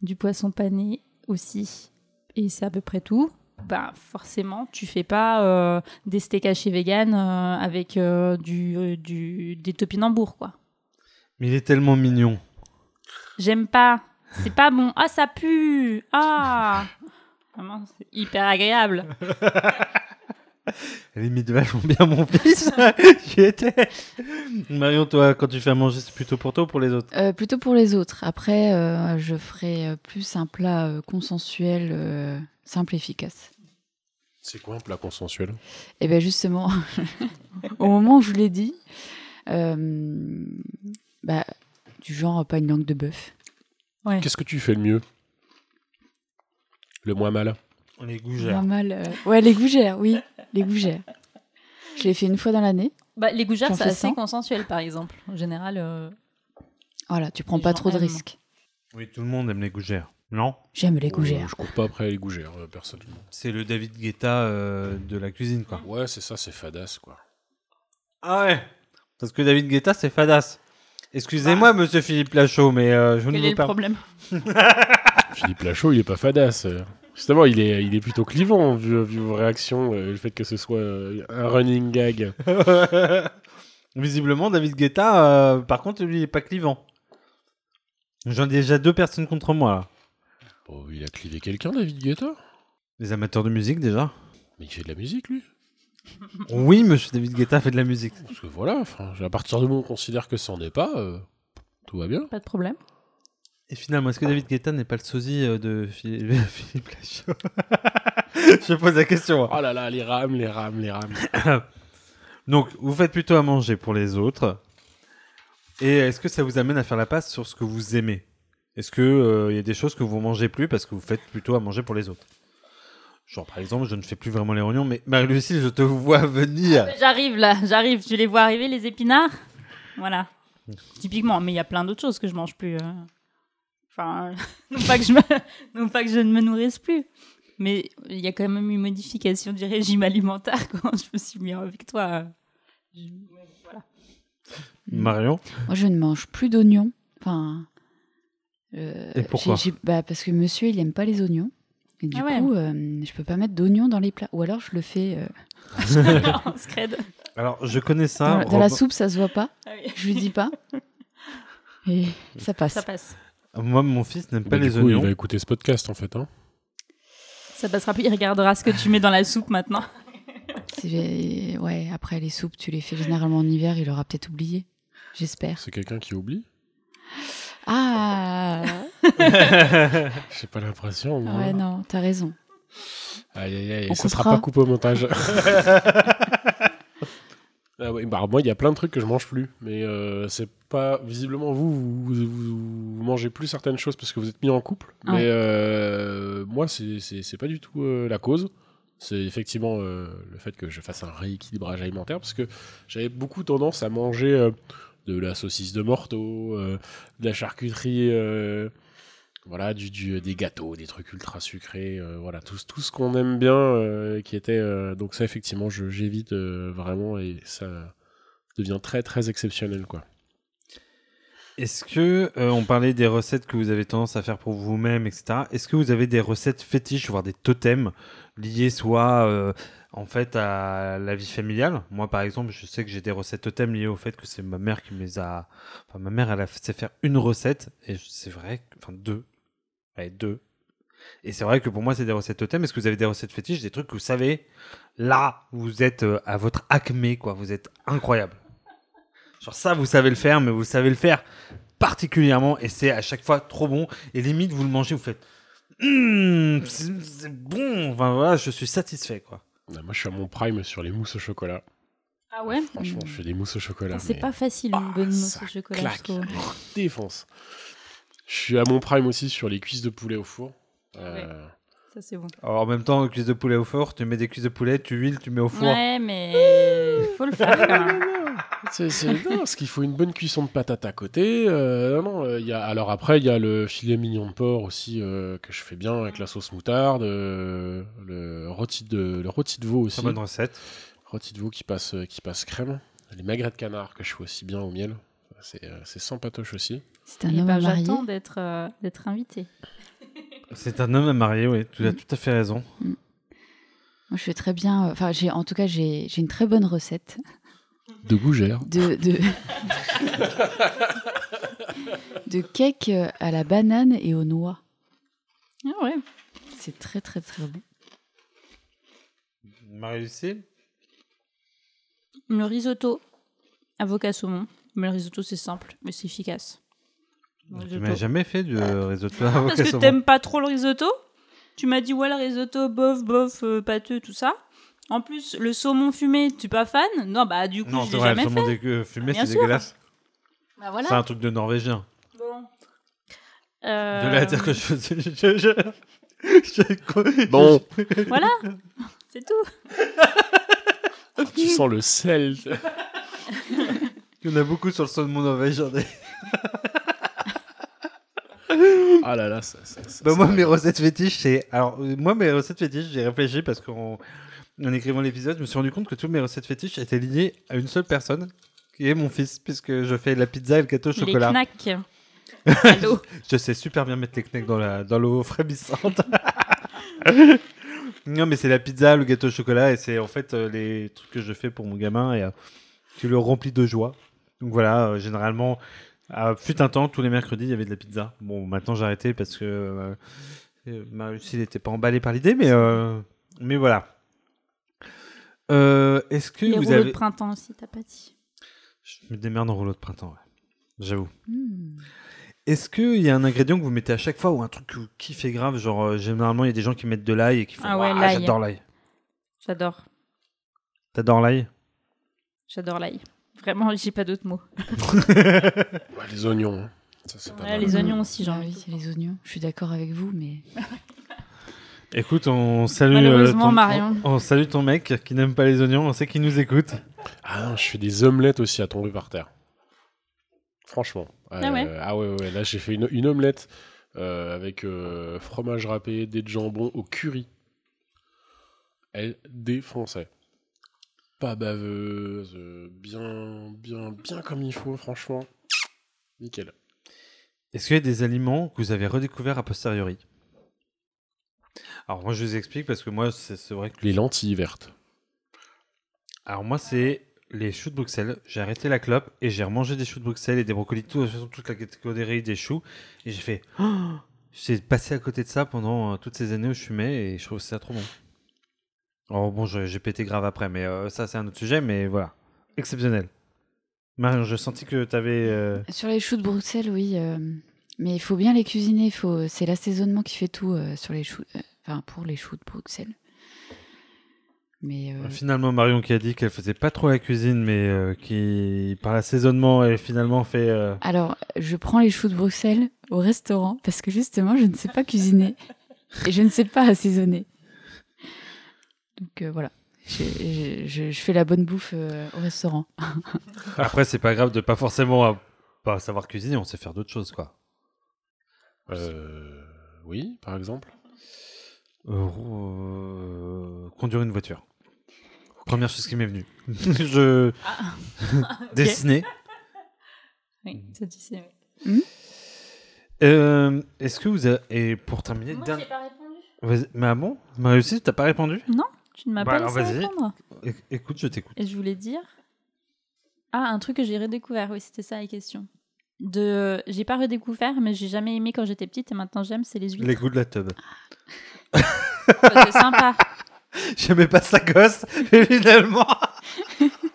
du poisson pané aussi, et c'est à peu près tout. Bah forcément, tu fais pas euh, des steaks hachés vegan euh, avec euh, du, euh, du des topinambours quoi.
Mais il est tellement mignon.
J'aime pas, c'est pas bon. Ah ça pue, ah vraiment c'est hyper agréable.
Elle imite vachement bien mon fils. J'y étais. Marion, toi, quand tu fais à manger, c'est plutôt pour toi ou pour les autres
Euh, plutôt pour les autres. Après, euh, je ferai euh, plus un plat euh, consensuel, euh, simple, efficace.
C'est quoi un plat consensuel
Et bien Eh ben, justement, au moment où je l'ai dit, euh, bah, du genre pas une langue de bœuf.
Qu'est-ce que tu fais le mieux Le moins mal
Les
Normal. euh, Ouais, les gougères, oui, les gougères. Je l'ai fait une fois dans l'année.
Bah, les gougères
J'en
c'est
fais
assez
cent.
consensuel par exemple. En général, euh,
Voilà, tu prends pas trop de risques.
Oui, tout le monde aime les gougères. Non
J'aime les gougères.
Euh, je cours pas après les gougères, euh, personnellement.
C'est le David Guetta euh, de la cuisine, quoi.
Ouais, c'est ça, c'est fadasse, quoi.
Ah ouais Parce que David Guetta, c'est fadasse. Excusez-moi, monsieur Philippe Lachaud, mais euh, je
Bah.
ne
quel
vous
est le
parle-
problème
Philippe Lachaud, il est pas fadasse. euh. Justement, il est, il est plutôt clivant, vu, vu vos réactions, euh, le fait que ce soit euh, un running gag.
Visiblement, David Guetta, euh, par contre, lui, il est pas clivant. J'en ai déjà deux personnes contre moi, là.
Oh, il a clivé quelqu'un, David Guetta
Les amateurs de musique, déjà.
Mais il fait de la musique, lui
Oui, monsieur David Guetta fait de la musique.
Parce que voilà, enfin, à partir du moment où on considère que ça n'en est pas, euh, tout va bien.
Pas de problème.
Et finalement, est-ce que David Guetta n'est pas le sosie euh, de Phil- Philippe Lachaud Je pose la question.
Oh là là, les rames, les rames, les rames.
Donc, vous faites plutôt à manger pour les autres. Et est-ce que ça vous amène à faire la passe sur ce que vous aimez Est-ce qu'il il y a des choses que vous mangez plus parce que vous faites plutôt à manger pour les autres Genre, par exemple, je ne fais plus vraiment les oignons, mais Marie-Lucie, je te vois venir.
Ah,
J'arrive là, j'arrive. Tu les vois arriver, les épinards Voilà. Typiquement, mais il y a plein d'autres choses que je mange plus. euh. Enfin, non, pas que je me... non pas que je ne me nourrisse plus. Mais il y a quand même une modification du régime alimentaire quand je me suis mis avec toi. Je- Voilà.
Marion
Moi, je ne mange plus d'oignons. Enfin. euh,
Et pourquoi
j'ai- j'ai- bah, Parce que monsieur, il aime pas les oignons. Et du
Ah ouais.
coup, euh, je peux pas mettre d'oignons dans les plats. Ou alors, je le fais. euh,
En scred. Ah
Alors, je connais ça.
dans, la- dans la
Rob-
soupe, ça se voit pas. Je lui dis pas. Et ça passe.
Ça passe.
Moi, mon fils n'aime pas
Bah, du
les
coup,
oignons.
Il va écouter ce podcast, en fait. Hein.
Ça passera plus. Il regardera ce que tu mets dans la soupe maintenant.
C'est- Ouais, après, les soupes, tu les fais généralement en hiver, il aura peut-être oublié. J'espère.
C'est quelqu'un qui oublie
Ah
J'ai pas l'impression. moi.
Ouais, non, t'as raison.
Aïe, aïe, aïe,
On
ça sera
coupera.
pas coupé au montage. Ah ouais, bah, moi, il y a plein de trucs que je mange plus, mais euh, c'est pas. Visiblement, vous vous, vous- vous mangez plus certaines choses parce que vous êtes mis en couple,
Ah
mais
ouais.
euh, moi, c'est- c'est c'est pas du tout euh, la cause. C'est effectivement euh, le fait que je fasse un rééquilibrage alimentaire parce que j'avais beaucoup tendance à manger euh, de la saucisse de morteau, euh, de la charcuterie. euh, voilà, du, du- euh, des gâteaux, des trucs ultra sucrés, euh, voilà, tout, tout ce qu'on aime bien, euh, qui était... euh, donc ça, effectivement, je- j'évite euh, vraiment, et ça devient très, très exceptionnel, quoi.
Est-ce que euh, on parlait des recettes que vous avez tendance à faire pour vous-même, etc. Est-ce que vous avez des recettes fétiches, voire des totems liés soit euh, en fait à la vie familiale Moi, par exemple, je sais que j'ai des recettes totems liées au fait que c'est ma mère qui me les a. Enfin, ma mère, elle a sait faire une recette et je- c'est vrai, que- enfin deux, ouais, deux. Et c'est vrai que pour moi, c'est des recettes totems. Est-ce que vous avez des recettes fétiches, des trucs que vous savez Là, vous êtes euh, à votre acmé, quoi. Vous êtes incroyable. Genre ça, vous savez le faire, mais vous savez le faire particulièrement et c'est à chaque fois trop bon. Et limite, vous le mangez, vous faites Hum, c'est c'est bon. Enfin voilà, je suis satisfait quoi.
Ah, moi, je suis à mon prime sur les mousses au chocolat.
Ah ouais
Franchement, je fais des mousses au chocolat.
C'est
mais
pas facile
Oh,
une bonne mousse au chocolat.
claque.
je trouve.
Défense. Je suis à mon prime aussi sur les cuisses de poulet au four. Euh,
Ça c'est bon.
Alors en même temps, cuisse de poulet au four, tu mets des cuisses de poulet, tu huiles, tu mets au four.
Ouais, mais faut le faire hein. quand même.
C'est, c'est- non, parce qu'il faut une bonne cuisson de patates à côté. euh, non, non, euh, il y a, alors après, il y a le filet mignon de porc aussi euh, que je fais bien avec la sauce moutarde, euh, le, rôti de, le rôti de veau aussi.
Très bonne recette.
Rôti de veau qui passe, euh, qui passe crème. Les magrets de canard que je fais aussi bien au miel. C'est, euh, c'est sans patoche aussi.
C'est un
Eh
homme
ben,
à marier.
J'attends d'être euh, d'être invité.
C'est un homme à marier, oui. Tu as tout à fait raison.
Moi, je fais très bien. euh, Enfin, j'ai en tout cas, j'ai j'ai une très bonne recette
De gougère.
de de, de cake euh, à la banane et aux noix.
Ah ouais.
C'est très très très bon.
Marie-Lucie
Le risotto, avocat saumon. Mais le risotto c'est simple, mais c'est efficace. Le
Tu
risotto.
m'as jamais fait de risotto à
Parce
avocat
que
saumon.
t'aimes pas trop le risotto. Tu m'as dit ouais le risotto bof bof euh, pâteux tout ça. En plus le saumon fumé, tu es pas fan Non bah du coup
Non,
je
c'est
l'ai
vrai, le
jamais
saumon
fait.
dé- euh, fumé,
Bien
c'est
sûr.
dégueulasse.
Bah voilà.
C'est un truc de norvégien.
Bon.
De là à
Euh,
dire que je. je, je- je-
Bon.
Voilà, c'est tout.
Ah, Tu sens le sel.
Il y en a beaucoup sur le saumon norvégien. des-
Ah là là, ça. ça, ça-
Bah,
ça-
moi, mes recettes fétiches, c'est. Alors, euh, moi, mes recettes fétiches, j'ai réfléchi parce qu'en en écrivant l'épisode, je me suis rendu compte que toutes mes recettes fétiches étaient liées à une seule personne, qui est mon fils, puisque je fais la pizza et le gâteau au
Les
chocolat.
knacks.
je sais super bien mettre les knacks dans la dans l'eau frémissante. non, mais c'est la pizza, le gâteau au chocolat, et c'est en fait euh, les trucs que je fais pour mon gamin et euh, qui le remplit de joie. Donc voilà, euh, généralement, à fut un temps, tous les mercredis, il y avait de la pizza. Bon, maintenant j'ai arrêté parce que euh, euh, Marius, il n'était pas emballé par l'idée, mais euh, mais voilà. Euh, Est-ce que
Les
vous
rouleaux
avez.
de printemps aussi, t'as pas dit.
Je me démerde en rouleau de printemps, ouais. J'avoue.
Hmm.
Est-ce qu'il y a un ingrédient que vous mettez à chaque fois ou un truc que vous kiffez grave Genre, euh, généralement, il y a des gens qui mettent de l'ail et qui font
Ah ouais,
Ouah,
l'ail.
J'adore l'ail.
J'adore.
T'adores l'ail
J'adore l'ail. Vraiment, j'ai pas d'autres mots.
Ouais, les oignons. hein. Ça, c'est pas
Ouais,
mal.
les oignons aussi, j'ai
Ah oui, c'est les oignons. Je suis d'accord avec vous, mais
Écoute, on salue.
Malheureusement,
euh, ton-
Marion.
On, on salue ton mec qui n'aime pas les oignons, on sait qu'il nous écoute.
Ah non, je fais des omelettes aussi à tomber par terre. Franchement.
Ah ouais
ah ouais, ouais, ouais. Là, j'ai fait une, une omelette euh, avec euh, fromage râpé, des jambons au curry. Elle défonçait. Pas baveuse, euh, bien, bien, bien comme il faut, franchement. Nickel.
Est-ce qu'il y a des aliments que vous avez redécouverts a posteriori Alors, moi, je vous explique parce que moi, c'est c'est vrai que.
Les lentilles vertes.
Alors, moi, c'est les choux de Bruxelles. J'ai arrêté la clope et j'ai remangé des choux de Bruxelles et des brocolis, tout, toute la catégorie des choux. Et j'ai fait. Oh J'ai passé à côté de ça pendant euh, toutes ces années où je fumais et je trouve ça trop bon. Oh bon, je- j'ai pété grave après, mais euh, ça c'est un autre sujet, mais voilà. Exceptionnel. Marion, je sentis que t'avais... euh,
sur les choux de Bruxelles, oui. euh, Mais il faut bien les cuisiner. il Faut... C'est l'assaisonnement qui fait tout euh, sur les choux. euh, Enfin, pour les choux de Bruxelles. Mais euh,
Finalement, Marion qui a dit qu'elle faisait pas trop la cuisine, mais euh, qui, par l'assaisonnement, elle finalement fait... euh,
Alors, je prends les choux de Bruxelles au restaurant parce que justement, je ne sais pas cuisiner et je ne sais pas assaisonner. Donc euh, voilà, je, je- je- je fais la bonne bouffe euh, au restaurant.
Après, c'est pas grave de pas forcément euh, pas savoir cuisiner, on sait faire d'autres choses, quoi.
Euh, oui, par exemple.
Euh, euh, conduire une voiture. Première chose qui m'est venue. je...
Ah. Ok.
Dessiner. Ah
Oui, ça tu sais.
Euh, Est-ce que vous avez... Et pour terminer...
Moi,
dernier-
j'ai pas répondu.
Vas-y. Mais ah bon Moi aussi, t'as pas répondu
Non, tu ne m'as
Bah
pas
alors,
laissé
vas-y.
répondre.
É- Écoute, je t'écoute.
Et je voulais dire. Ah, un truc que j'ai redécouvert, oui, c'était ça la question. De... J'ai pas redécouvert, mais j'ai jamais aimé quand j'étais petite et maintenant j'aime, c'est les huîtres.
Les goûts de la tub.
C'est sympa.
J'aimais pas sa gosse, mais finalement...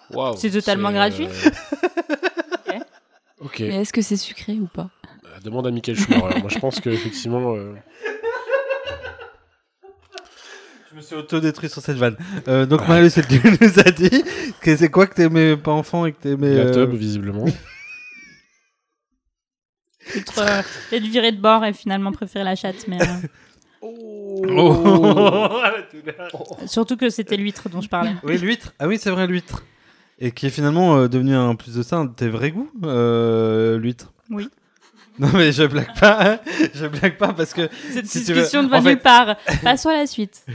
Waouh,
C'est totalement gratuit.
euh, Ok.
Mais est-ce que c'est sucré ou pas
Euh, Demande à Michael Schumacher. Moi, je pense qu'effectivement. euh,
Je me suis autodétruit sur cette vanne. Euh, donc, Marius, tu nous as dit que c'est quoi que t'aimais pas enfant et que t'aimais.
La
euh,
tub, visiblement.
Huître, euh, Peut-être virer de bord et finalement préférer la chatte, mais. euh,
Oh.
Surtout que c'était l'huître dont je parlais.
Oui, l'huître. Ah oui, c'est vrai, l'huître. Et qui est finalement euh, devenu, en plus de ça, un de tes vrais goûts, euh, l'huître.
Oui.
Non, mais je blague pas. hein. Je blague pas parce que.
Cette
si tu veux-
discussion ne va
en fait-
nulle part. Passons à la suite.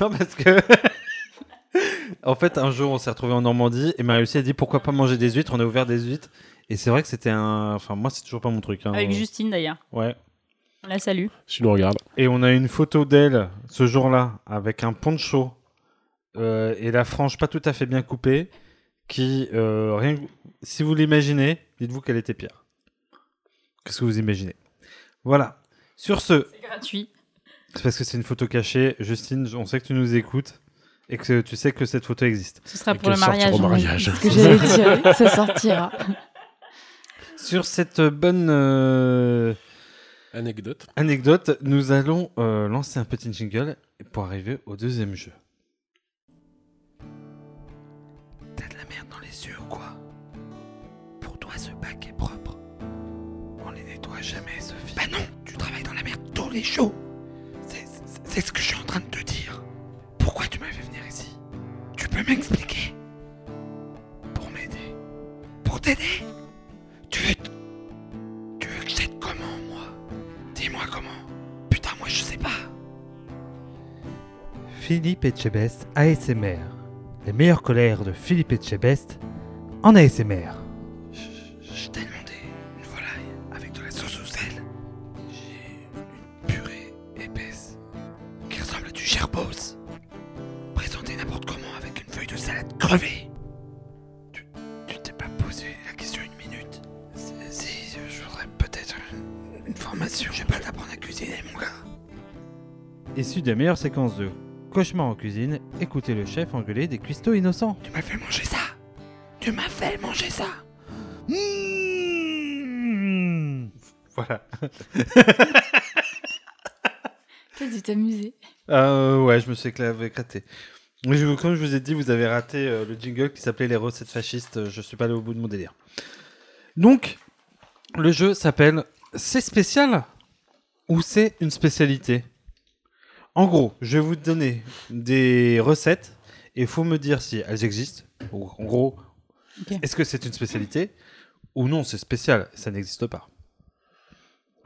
non, parce que. en fait, un jour, on s'est retrouvé en Normandie et Marius a dit pourquoi pas manger des huîtres. On a ouvert des huîtres. Et c'est vrai que c'était un. Enfin, moi, c'est toujours pas mon truc. hein.
Avec Justine d'ailleurs.
Ouais.
On la salue.
Tu nous regardes.
Et on a une photo d'elle ce jour-là avec un poncho euh, et la frange pas tout à fait bien coupée. Qui, euh, rien que- si vous l'imaginez, dites-vous qu'elle était pire. Qu'est-ce que vous imaginez Voilà. Sur ce,
C'est gratuit.
c'est parce que c'est une photo cachée. Justine, on sait que tu nous écoutes et que tu sais que cette photo existe.
Ce sera
Et
pour le
qu'elle sortira
mariage.
au
C'est
Ce que j'allais dire, ça sortira.
Sur cette bonne euh,
Anecdote.
anecdote, nous allons euh, lancer un petit jingle pour arriver au deuxième jeu.
T'as de la merde dans les yeux ou quoi Pour toi, ce bac est propre. On les nettoie jamais, Sophie. Bah non, tu travailles dans la merde tous les jours. C'est- C'est c'est ce que je suis en train de te dire. Pourquoi tu m'as fait venir ici Tu peux m'expliquer Pour m'aider. Pour t'aider Tu veux... t- Tu veux que je t'aide comment, moi Dis-moi comment. Putain, moi, je sais pas.
Philippe Etchebest ASMR. Les meilleures colères de Philippe Etchebest en ASMR.
Je t'ai demandé une volaille avec de la sauce au sel. J'ai une purée épaisse qui ressemble à du gerbos. Présentée n'importe comment avec une feuille de salade crevée. Tu tu t'es pas posé la question une minute Si, si, je voudrais peut-être une, une formation. Je vais pas t'apprendre à cuisiner, mon gars.
Issu des meilleures séquences de Cauchemar en cuisine, écoutez le chef engueuler des cuistots innocents.
Tu m'as fait manger ça Tu m'as fait manger ça Mmh.
Voilà.
T'as dû t'amuser.
Euh, ouais, je me suis écla- éclaté. Mais je vous- comme je vous ai dit, vous avez raté euh, le jingle qui s'appelait Les recettes fascistes. Euh, Je suis pas allé au bout de mon délire. Donc, le jeu s'appelle C'est spécial ou c'est une spécialité En gros, je vais vous donner des recettes et il faut me dire si elles existent. Ou, en gros, est-ce que c'est une spécialité ou non, c'est spécial, ça n'existe pas.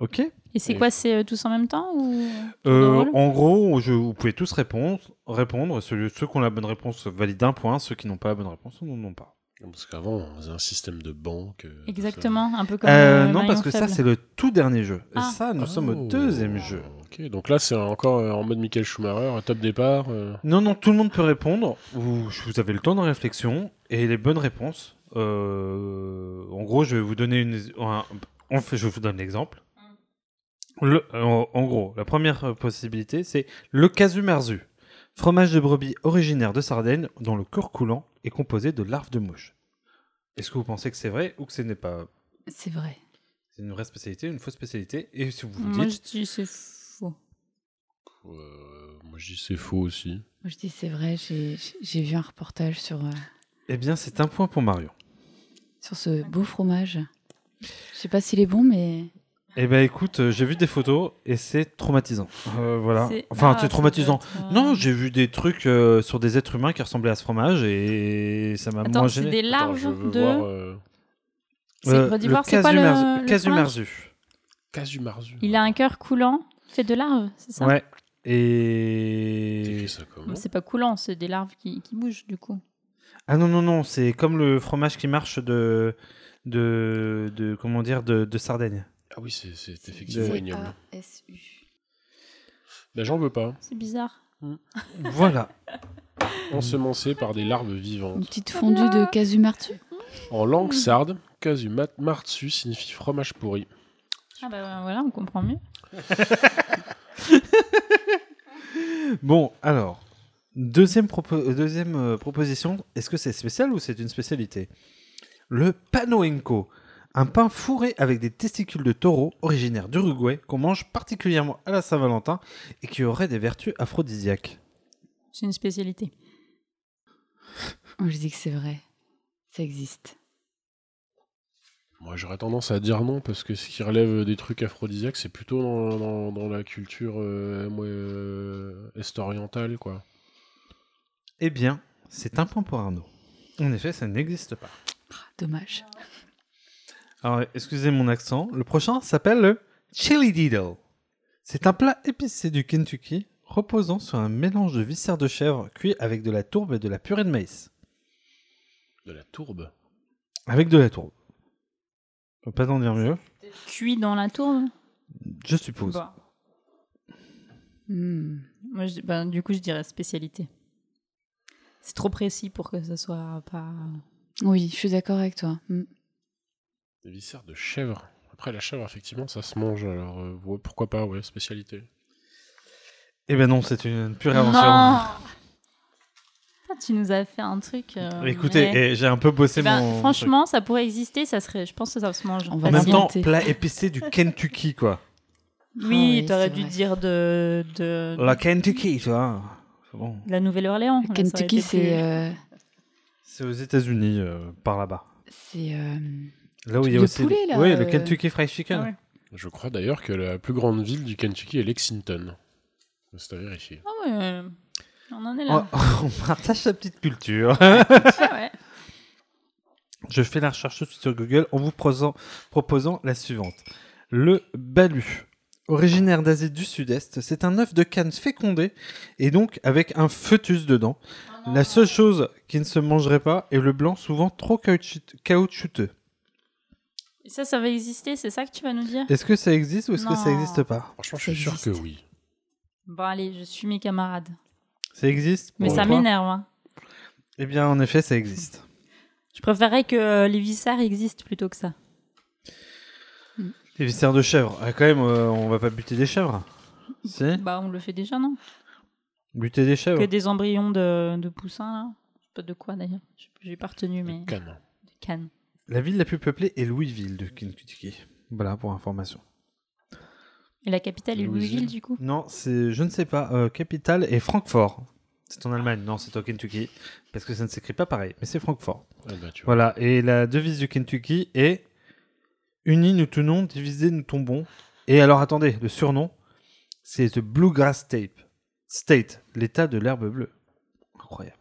Ok
Et c'est quoi C'est euh, tous en même temps ou...
euh,
Drôle.
en gros, je- vous pouvez tous répondre. répondre. Celui- ceux qui ont la bonne réponse valident un point, ceux qui n'ont pas la bonne réponse n'en ont pas.
Parce qu'avant, on faisait un système de banque. euh,
Exactement, un peu comme.
Euh,
euh,
non,
Marion
parce que ça,
Faible.
c'est le tout dernier jeu. Et
Ah.
ça, nous
Oh.
sommes au deuxième jeu.
Ok, donc là, c'est encore euh, en mode Michael Schumacher, euh, top départ. euh.
Non, non, tout le monde peut répondre. Vous, vous avez le temps de réflexion et les bonnes réponses. euh, en gros, je vais vous donner une. un- on fait, je vous donne l'exemple. Le- en, en gros, la première euh, possibilité, c'est le casumarzu, fromage de brebis originaire de Sardaigne dont le corps coulant est composé de larves de mouche. Est-ce que vous pensez que c'est vrai ou que ce n'est pas
C'est vrai.
C'est une vraie spécialité, une fausse spécialité Et si vous vous
Moi,
dites,
je dis c'est faux.
Moi, je dis c'est faux aussi.
Moi, je dis c'est vrai, j'ai j'ai vu un reportage sur, euh,
eh bien, c'est un point pour Marion.
sur ce beau fromage. Je sais pas s'il est bon, mais
Eh ben écoute, euh, j'ai vu des photos et c'est traumatisant. Euh, voilà.
C'est-
Enfin,
Ah,
c'est
ça
traumatisant.
doit être, euh,
Non, j'ai vu des trucs euh, sur des êtres humains qui ressemblaient à ce fromage et ça m'a
Attends,
moins
c'est
gêné.
des larves Attends, je veux de- voir,
euh,
C'est-
Euh,
redis
le
voir, c'est quoi le-
casumarzu-
le
Casumarzu.
Casumarzu.
Il a un cœur coulant fait de larves, c'est ça
Ouais. Et
Mais C'est pas coulant, c'est des larves qui, qui bougent du coup.
ah non non non, c'est comme le fromage qui marche de de, de comment dire de, de Sardaigne.
Ah oui, c'est c'est effectivement
C'est
ignoble.
S-U.
Ben, j'en veux pas.
C'est bizarre.
Voilà.
Ensemencé par des larves vivantes.
une petite fondue de casumartu.
En langue sarde, casumartsu signifie fromage pourri.
Ah bah voilà, on comprend mieux.
Bon, alors deuxième propo- euh, deuxième euh, proposition, est-ce que c'est spécial ou c'est une spécialité Le panoenco, un pain fourré avec des testicules de taureau originaire d'Uruguay qu'on mange particulièrement à la Saint-Valentin et qui aurait des vertus aphrodisiaques.
C'est une spécialité.
Moi, Oh, je dis que c'est vrai. Ça existe.
Moi, j'aurais tendance à dire non parce que ce qui relève des trucs aphrodisiaques, c'est plutôt dans, dans- dans la culture euh, moi, euh, est-orientale, quoi.
Eh bien, c'est un point pour Arnaud. En effet, ça n'existe pas.
Dommage.
Alors, excusez mon accent. Le prochain s'appelle le Chili Diddle. C'est un plat épicé du Kentucky reposant sur un mélange de viscères de chèvre cuit avec de la tourbe et de la purée de maïs.
De la tourbe.
Avec de la tourbe. Faut pas t'en dire mieux,
Cuit dans la tourbe
je suppose.
Bah. Moi, je- ben, du coup, je dirais spécialité. C'est trop précis pour que ce soit pas.
Oui, je suis d'accord avec toi. Mm.
Des viscères de chèvre. Après, la chèvre, effectivement, ça se mange, alors euh, ouais, pourquoi pas, ouais, spécialité.
Eh ben non, c'est une pure
Non
invention.
Putain, Ah, Tu nous as fait un truc. euh,
Écoutez,
mais-
eh, j'ai un peu bossé
Eh ben,
mon
Franchement, ça pourrait exister, ça serait, je pense que ça se mange.
On
En même temps,
Facile.
plat épicé du Kentucky, quoi.
Oui,
Ah oui,
t'aurais
c'est
dû
vrai.
dire de, de,
La Kentucky, tu vois. C'est bon.
de la Nouvelle-Orléans. là, ça aurait
Kentucky,
été plus-
c'est euh,
C'est aux États-Unis, euh, par là-bas.
c'est euh,
Là où il y a
Le
aussi.
poulet, là,
oui,
euh,
le Kentucky Fried Chicken.
Ah ouais.
Je crois d'ailleurs que la plus grande ville du Kentucky est Lexington. C'est à vérifier.
Ah ouais, on en est là.
On, on partage sa petite culture.
Ah ouais.
Je fais la recherche tout de suite sur Google en vous prosant- proposant la suivante. Le balu. Originaire d'Asie du Sud-Est, c'est un œuf de canne fécondé et donc avec un fœtus dedans. La seule chose qui ne se mangerait pas est le blanc souvent trop caoutchout- caoutchouteux.
Et Ça, ça va exister, c'est ça que tu vas nous dire
Est-ce que ça existe ou est-ce que ça
Non.
n'existe pas
Franchement, je suis sûr que oui.
Bon, allez, je suis mes camarades.
Ça existe
Mais ça
Pourquoi
m'énerve. hein.
Eh bien, en effet, ça existe.
Je préférerais que euh, les vissards existent plutôt que ça.
Les viscères de chèvre. Ah, quand même, euh, on va pas buter des chèvres. Si
Bah, on le fait déjà, non
Buter des chèvres.
que des embryons de, de poussins, là. Je sais pas de quoi d'ailleurs. Je- J'ai pas retenu, mais.
cannes.
Des cannes.
La ville la plus peuplée est Louisville de Kentucky. Voilà pour information.
Et la capitale est Louisville, du coup
Non, c'est je ne sais pas. euh, capitale est Francfort. C'est en Allemagne, non, c'est au Kentucky, parce que ça ne s'écrit pas pareil, mais c'est Francfort.
Ah bah, tu vois.
voilà, et la devise du Kentucky est Unis nous tenons, divisés nous tombons. Et alors attendez, le surnom, c'est The Bluegrass Tape. State, l'état de l'herbe bleue. Incroyable.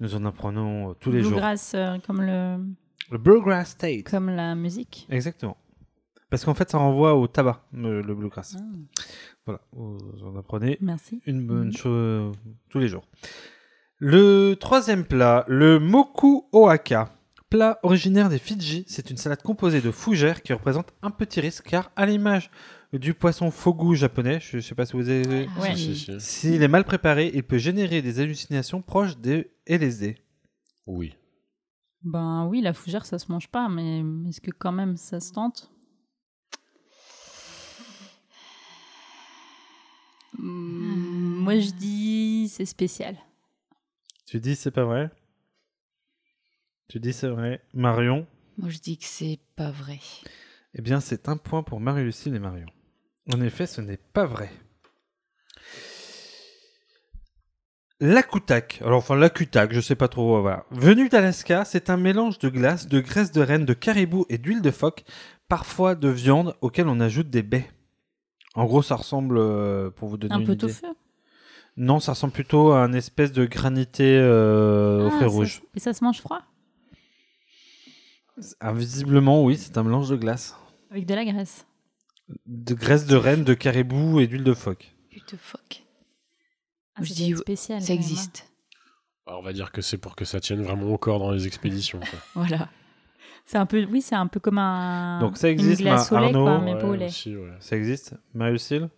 Nous en apprenons euh, tous les jours.
Bluegrass, euh, comme le.
Le Bluegrass State.
Comme la musique.
Exactement. Parce qu'en fait, ça renvoie au tabac, le, le
Ah.
bluegrass. Voilà, vous en apprenez
Merci.
une bonne chose tous les jours. Le troisième plat, le moku oaka. Plat originaire des Fidji, c'est une salade composée de fougères qui représente un petit risque car à l'image du poisson fogu japonais, je ne sais pas si vous avez...
Ah Ouais. Si, si, si.
S'il est mal préparé, il peut générer des hallucinations proches des LSD.
Oui.
Ben oui, la fougère, ça se mange pas, mais est-ce que quand même ça se tente Hmm, Moi, je dis c'est spécial.
Tu dis c'est pas vrai Tu dis c'est vrai. Marion
Moi, je dis que c'est pas vrai.
Eh bien, c'est un point pour Marie-Lucille et Marion. En effet, ce n'est pas vrai. L'Akutak, alors enfin l'Akutak, je sais pas trop, euh, voilà. Venu d'Alaska, c'est un mélange de glace, de graisse de renne, de caribou et d'huile de phoque, parfois de viande auquel on ajoute des baies. En gros, ça ressemble, euh, pour vous donner
Un
une
peu
idée-
tofu
Non, ça ressemble plutôt à une espèce de granité euh, au
Ah,
frais
ça-
rouge.
Et ça se mange froid
Ah, visiblement, oui, c'est un mélange de glace,
Avec de la graisse.
de graisse de renne, de caribou et d'huile de phoque.
What the fuck
Ah,
Je
ça doit
dis
être
ouais,
spécial.
ça
quand même, hein.
existe.
Alors, on va dire que c'est pour que ça tienne vraiment au corps dans les expéditions. quoi.
Voilà. C'est un peu, oui, c'est un peu comme un.
Donc ça existe,
une glace
ma-
au lait,
Arnaud. euh,
quoi, Ah, mais pas au lait.
Ça existe, Marie-Lucille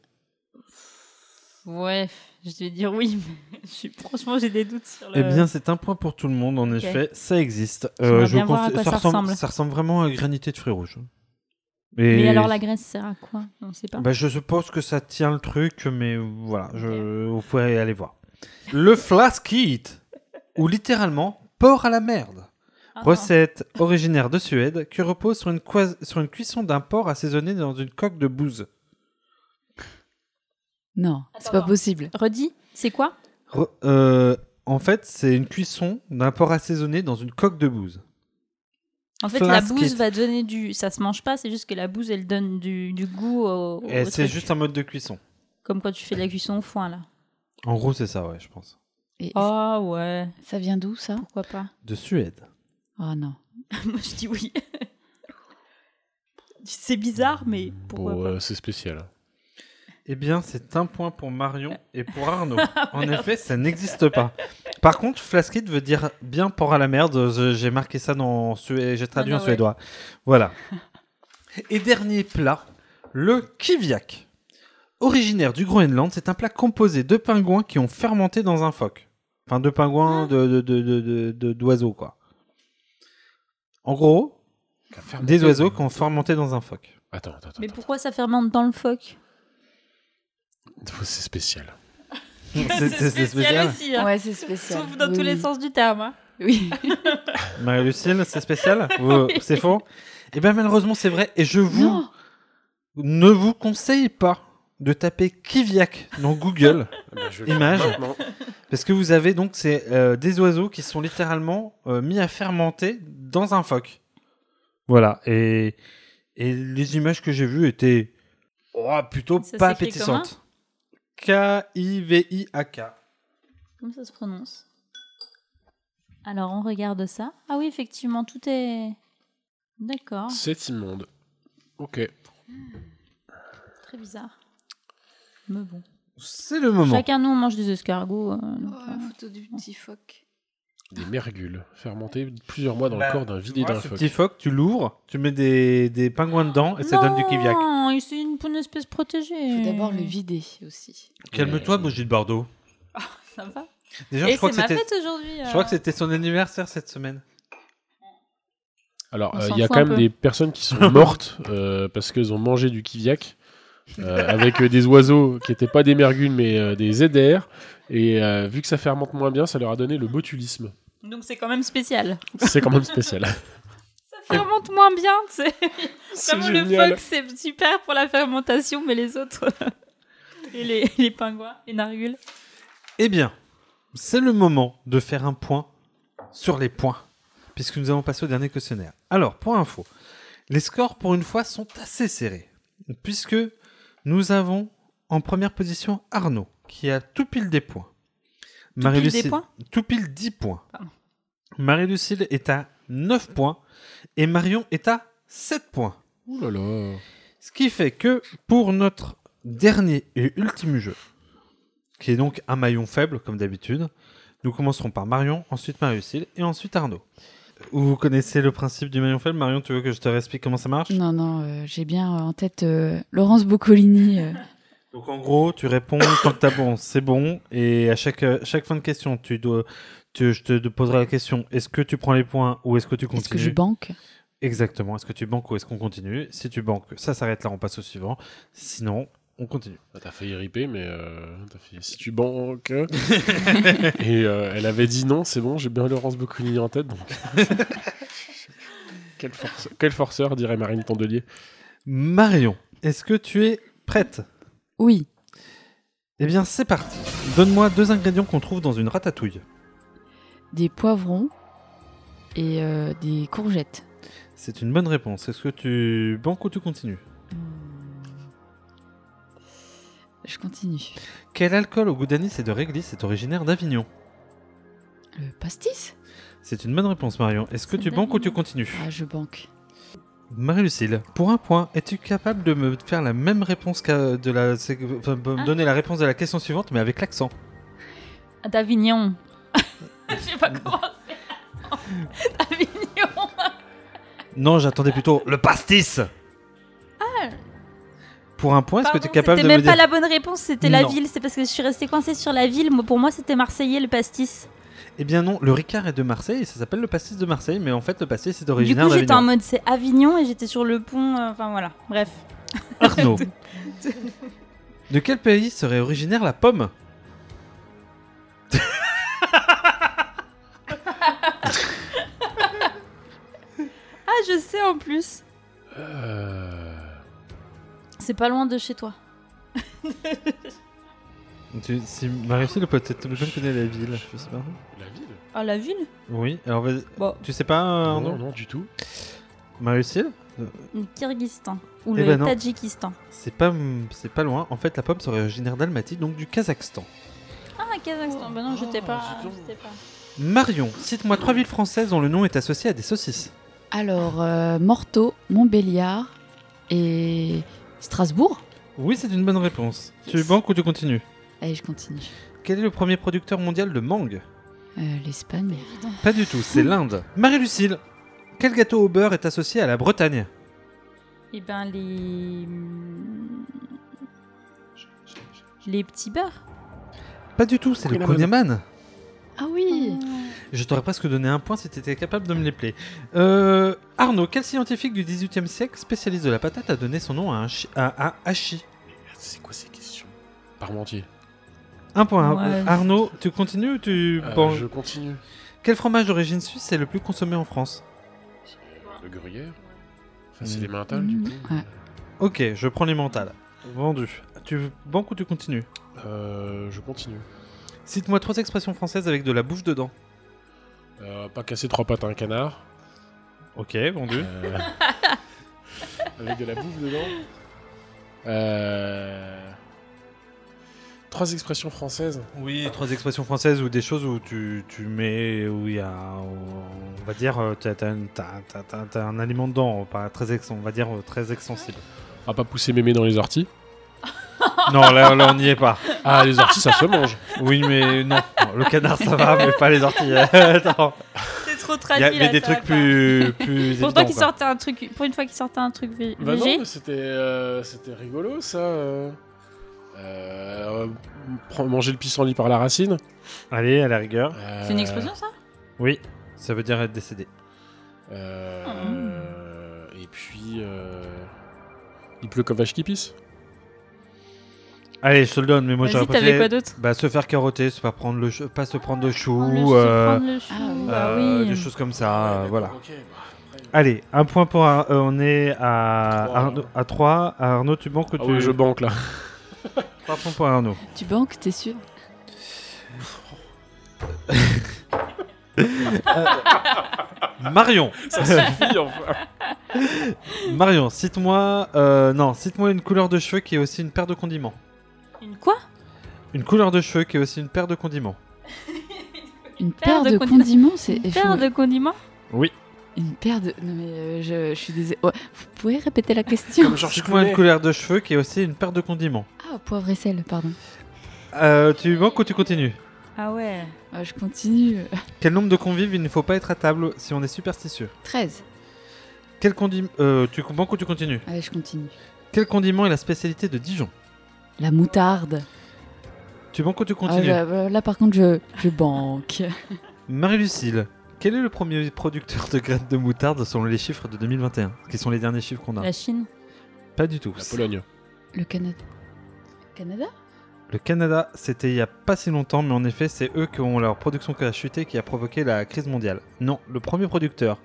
Ouais, je vais dire oui, mais je suis- franchement, j'ai des doutes sur le.
Eh bien, c'est un point pour tout le monde, en
Euh, Ok.
effet. Ça existe. Euh,
J'aimerais
je vous
bien voir à
conseille-
quoi ça ressemble.
Ça ressemble vraiment à granité de fruits rouges.
Mais
Et-
alors, la graisse sert à quoi On sait pas.
bah, Je suppose que ça tient le truc, mais voilà, je... vous pouvez aller voir. Le flask eat, ou littéralement porc à la merde.
Ah
Recette originaire de Suède qui repose sur une, coi- sur une cuisson d'un porc assaisonné dans une coque de bouse.
Non,
Ah,
c'est pas possible.
Redis, c'est quoi
Re- euh, en fait, c'est une cuisson d'un porc assaisonné dans une coque de bouse.
En fait, la
Flasque
bouse
est-
va donner du. Ça se mange pas, c'est juste que la bouse, elle donne du, du goût au. au
Et Eh,
Oh,
c'est
truc.
juste un mode de cuisson.
Comme quand tu fais de la cuisson au foin, là.
En gros, c'est ça, ouais, je pense.
Ah ouais.
Ça vient d'où, ça
Pourquoi pas
De Suède.
Oh non.
Moi, je dis oui. c'est bizarre, mais pourquoi
Bon,
pas
euh, c'est spécial.
Eh bien, c'est un point pour Marion et pour Arnaud. en
Merde.
effet, ça n'existe pas. Par contre, flaskit veut dire bien porc à la merde. Je- J'ai marqué ça dans sué- j'ai traduit
Ah,
en
ouais.
suédois. Voilà. Et dernier plat, le kiviak. Originaire du Groenland, c'est un plat composé de pingouins qui ont fermenté dans un phoque. Enfin, de pingouins, de de- de- de- de- de- d'oiseaux, quoi. En gros, des oiseaux qui ont fermenté dans un phoque.
Attends, attends,
Mais pourquoi ça fermente dans le phoque
attends. C'est spécial.
C'est- c'est- c'est spécial.
aussi. hein.
Ouais, c'est spécial.
Sauf dans
Oui,
tous les
oui.
sens du terme. hein.
Oui.
Marie-Lucille, c'est spécial Ou-
Oui.
C'est faux Eh bien, malheureusement, c'est vrai. Et je vous ne vous conseille pas de taper Kiviak dans Google
ben, je vais le faire
Image.
maintenant.
Parce que vous avez donc c'est euh, des oiseaux qui sont littéralement euh, mis à fermenter dans un phoque. Voilà. Et, et les images que j'ai vues étaient oh, plutôt
Ça
pas
s'écrit comment
appétissantes. K-I-V-I-A-K.
Comment ça se prononce Alors, on regarde ça. Ah oui, effectivement, tout est. D'accord.
C'est immonde. Ok.
Très bizarre. Mais bon.
C'est le moment.
Chacun nous, on mange des escargots. euh, donc, euh,
photo du petit phoque.
Des mergules fermentées plusieurs mois dans le corps d'un vide et
Voilà,
d'un
ce
phoque.
petit phoque, tu l'ouvres, tu mets des, des pingouins dedans et Ah, ça donne du Kiviak.
Non, il- c'est une, une espèce protégée.
Faut d'abord le vider aussi.
Calme-toi, Brigitte Bardot.
Ça va
Déjà,
Et
je crois que
c'est ma
c'était.
fête aujourd'hui.
Je
euh.
crois que c'était son anniversaire cette semaine.
Alors,
On
euh,
s'en
il y a
fout
quand
un
même
peu.
euh, des personnes qui sont mortes euh, parce qu'elles ont mangé du kiviak. euh, avec euh, des oiseaux qui n'étaient pas des mergules mais euh, des ZR. Et euh, vu que ça fermente moins bien, ça leur a donné le botulisme.
Donc c'est quand même spécial.
C'est quand même spécial.
Ça fermente moins bien, c'est
C'est
vraiment
génial.
le phoque, c'est super pour la fermentation, mais les autres et les, les pingouins, les nargules.
Eh bien, c'est le moment de faire un point sur les points, puisque nous allons passer au dernier questionnaire. Alors, pour info, les scores pour une fois sont assez serrés, puisque nous avons en première position Arnaud, qui a tout pile des points.
Tout pile
Marie-Lucille-
des points
Tout pile 10 points. Marie-Lucille est à 9 points et Marion est à 7 points.
Ouh là là.
Ce qui fait que pour notre dernier et ultime jeu, qui est donc un maillon faible comme d'habitude, nous commencerons par Marion, ensuite Marie-Lucille et ensuite Arnaud. Vous connaissez le principe du maillon faible Marion, tu veux que je te réexplique comment ça marche
Non, non, euh, j'ai bien euh, en tête euh, Laurence Boccolini. euh.
Donc en gros, tu réponds tant que t'as bon, c'est bon. Et à chaque, euh, chaque fin de question, tu dois, tu- je te poserai la question est-ce que tu prends les points ou est-ce que tu continues
que je banque
Exactement. Est-ce que tu banques ou est-ce qu'on continue Si tu banques, ça s'arrête là, on passe au suivant. Sinon, on continue.
T'as failli riper, mais euh, t'as fait si tu banques. et euh, elle avait dit non, c'est bon, j'ai bien Laurence Boccolini en tête. Donc... quel, force- quel forceur, dirait Marine Tondelier.
Marion, est-ce que tu es prête
Oui.
Eh bien, c'est parti. Donne-moi deux ingrédients qu'on trouve dans une ratatouille.
Des poivrons et euh, des courgettes.
C'est une bonne réponse. Est-ce que tu banques ou tu continues
Je continue.
Quel alcool au goût d'anis et de réglisse est originaire d'Avignon
Le pastis
C'est une bonne réponse, Marion. Est-ce que tu
C'est d'Avignon.
banques ou tu continues
Ah, je banque.
Marie-Lucille, pour un point, es-tu capable de me faire la même réponse qu'à de la... c'est- enfin,
Ah.
de me donner la réponse de la question suivante, mais avec l'accent
À D'Avignon. Je sais pas comment c'est. D'Avignon.
Non, j'attendais plutôt le pastis
Ah,
Pour un point, est-ce que tu es capable
c'était
de
même
me dire...
pas la bonne réponse, c'était la
Non.
ville. C'est parce que je suis restée coincée sur la ville. Moi, pour moi, c'était Marseillais le pastis.
Eh bien non, le Ricard est de Marseille, ça s'appelle le pastis de Marseille, mais en fait le pastis c'est
Du
originaire
coup, j'étais en
d'Avignon.
mode c'est Avignon et j'étais sur le pont. euh, Enfin voilà, bref.
Arnaud. De quel pays serait originaire la pomme
Ah, je sais en plus.
Euh,
C'est pas loin de chez toi.
Tu- Si Marie-Lucille peut-être je connais la ville, je sais pas.
La ville
Ah, la ville
Oui, alors vas-y.
Bon.
Tu sais pas euh,
Non,
Arnaud
non, du tout.
Marie-Lucille Euh,
Le Kyrgyzstan. Ou
Eh
le
ben non.
Tadjikistan.
C'est pas, c'est pas loin. En fait, la pomme serait originaire d'Almaty, donc du Kazakhstan.
Ah, Kazakhstan. Bah non, j'étais pas. j'étais pas.
Marion, cite-moi trois villes françaises dont le nom est associé à des saucisses.
Alors, euh, Morteau, Montbéliard et Strasbourg
Oui, c'est une bonne réponse. Tu banques ou tu continues
Allez, je continue.
Quel est le premier producteur mondial de mangue
Euh, L'Espagne.
Pas du tout, c'est l'Inde. Marie-Lucille, quel gâteau au beurre est associé à la Bretagne
Eh ben, les. hmm, Les petits beurres.
Pas du tout, c'est le Konyaman.
Ah oui
Je t'aurais presque donné un point si t'étais capable de me les plaire. Euh, Arnaud, quel scientifique du 18e siècle, spécialiste de la patate, a donné son nom à un, chi- à un hachis
C'est quoi ces questions Parmentier.
Un point. hein.
Ouais.
Arnaud, tu continues ou tu
Euh,
bon.
je continue.
Quel fromage d'origine suisse est le plus consommé en France
Le gruyère Enfin, c'est les mentales, Ah,
Mm.
du coup.
Ok, je prends les mentales. Vendu. Tu banques ou tu continues
Euh, je continue.
Cite-moi trois expressions françaises avec de la bouffe dedans.
Euh, pas casser trois pattes à un canard.
Ok, vendu.
Euh, avec de la bouffe dedans. Euh, Trois expressions françaises.
Oui, trois expressions françaises ou des choses où tu, tu mets, où il y a, on va dire, euh, t'as t'as une- t'as- t'as- t'as- t'as un aliment dedans, pas très ex- on va dire euh, très extensible.
On va pas pousser mémé dans les orties.
Non, là, là, on n'y est pas.
Ah, les orties, ça se mange.
Oui, mais non, le canard ça va, mais pas les orties. Attends.
C'est trop
Il y,
traduit.
a- il y a
là,
des
ça va
trucs
pas.
plus, plus
Pour toi
évidents,
qui
quoi.
sortait un truc, pour une fois qu'il sortait un truc vé-
Bah
végé.
non, mais c'était euh, c'était rigolo ça. euh. Euh, pre- manger le pissenlit par la racine. Euh,
Allez, à la rigueur.
C'est une expression ça
Oui, ça veut dire être décédé.
Hmm.
Euh, Et puis. euh, Il pleut comme vache qui pisse.
Allez, je te le donne, mais moi
Vas-y,
j'aurais
t'avais
préféré
quoi d'autre
bah, se faire carotter, se pas prendre le chou- pas se prendre de chou,
chou,
euh,
prendre le chou, ah
euh,
oui.
des choses comme
Ah,
ça, euh, voilà.
bah.
Allez, un point pour Ar- euh, on est à Arnaud, à 3. Arnaud, tu banques ou
Ah
tu
oui, je banque, là.
3 points pour Arnaud.
Tu banques, t'es sûr
Marion.
Ça suffit, enfin.
Marion, cite-moi euh, non, cite-moi une couleur de cheveux qui est aussi une paire de condiments.
Une quoi
Une couleur de cheveux qui est aussi une paire de condiments.
Une paire de
condiments.
condiments, c'est.
Une paire de condiments
Oui.
Une paire de. Non, mais euh, je, je suis désolée. Ouais, Vous pouvez répéter la question
Cite-moi une couleur de cheveux qui est aussi une paire de condiments.
Ah, poivre et sel, pardon.
Euh, tu banques ou tu continues
Ah ouais.
je continue.
Quel nombre de convives il ne faut pas être à table si on est superstitieux
13.
Quel condiment euh, Tu banques ou tu continues
Allez, je continue.
Quel condiment est la spécialité de Dijon
La moutarde.
Tu banques ou tu
Ah,
continues
là, là, là, par contre, je, je banque.
Marie-Lucille, quel est le premier producteur de graines de moutarde selon les chiffres de 2021 Qui sont les derniers chiffres qu'on a
La Chine
Pas du tout.
La Pologne.
Le Canada. Canada
Le Canada, c'était il y a pas si longtemps, mais en effet, c'est eux qui ont leur production qui a chuté qui a provoqué la crise mondiale. Non, le premier producteur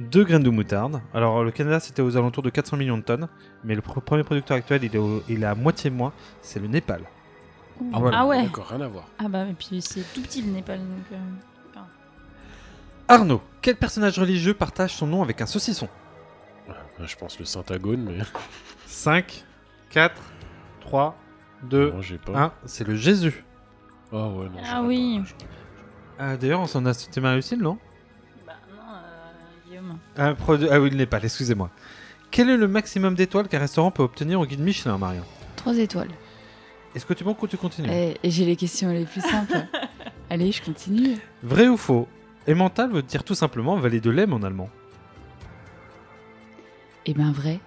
de graines de moutarde. Alors, le Canada, c'était aux alentours de 400 millions de tonnes, mais le pr- premier producteur actuel, il est, au- il est à moitié moins, c'est le Népal.
Ah ouais. Ah ouais.
D'accord, rien à voir.
Ah bah, et puis c'est tout petit le Népal. Donc, euh, enfin,
Arnaud, quel personnage religieux partage son nom avec un saucisson
Je pense le Syntagone, mais.
5, 4, 3, 2,
Non, j'ai pas.
1, c'est le Jésus.
Ah ouais, non.
Ah oui.
Ah, D'ailleurs, on s'en a cité Marie-Lucille, non
Bah euh, Guillaume.
Un produ- Ah oui, le Népal, excusez-moi. Quel est le maximum d'étoiles qu'un restaurant peut obtenir au guide Michelin, Marion
3 étoiles.
Est-ce que tu banques ou tu continues
Euh.
Eh, Et, j'ai les questions les plus simples. Allez, je continue.
Vrai ou faux Emmental veut dire tout simplement vallée de l'Aisne en allemand.
Eh ben, vrai.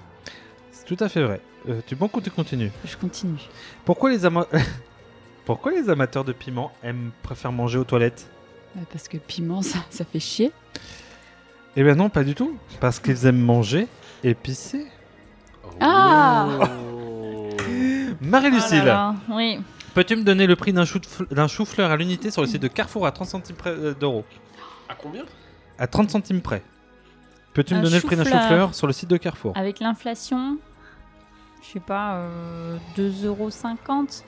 C'est tout à fait vrai. Euh, tu banques ou tu continues
Je continue.
Pourquoi les, ama- Pourquoi les amateurs de piment aiment, préfèrent manger aux toilettes
Euh, Parce que piment, ça, ça fait chier.
Eh ben non, pas du tout. Parce qu'ils aiment manger et pisser.
Ah
Marie-Lucille,
Oh là là, Oui.
peux-tu me donner le prix d'un chou de fl- d'un chou-fleur à l'unité sur le site de Carrefour à 30 centimes près, euh, d'euros
À Oh. combien
À 30 centimes près. Peux-tu
Un
me donner le prix d'un
chou-fleur. Ah.
chou-fleur sur le site de Carrefour
Avec l'inflation, je sais pas, euh, 2,50€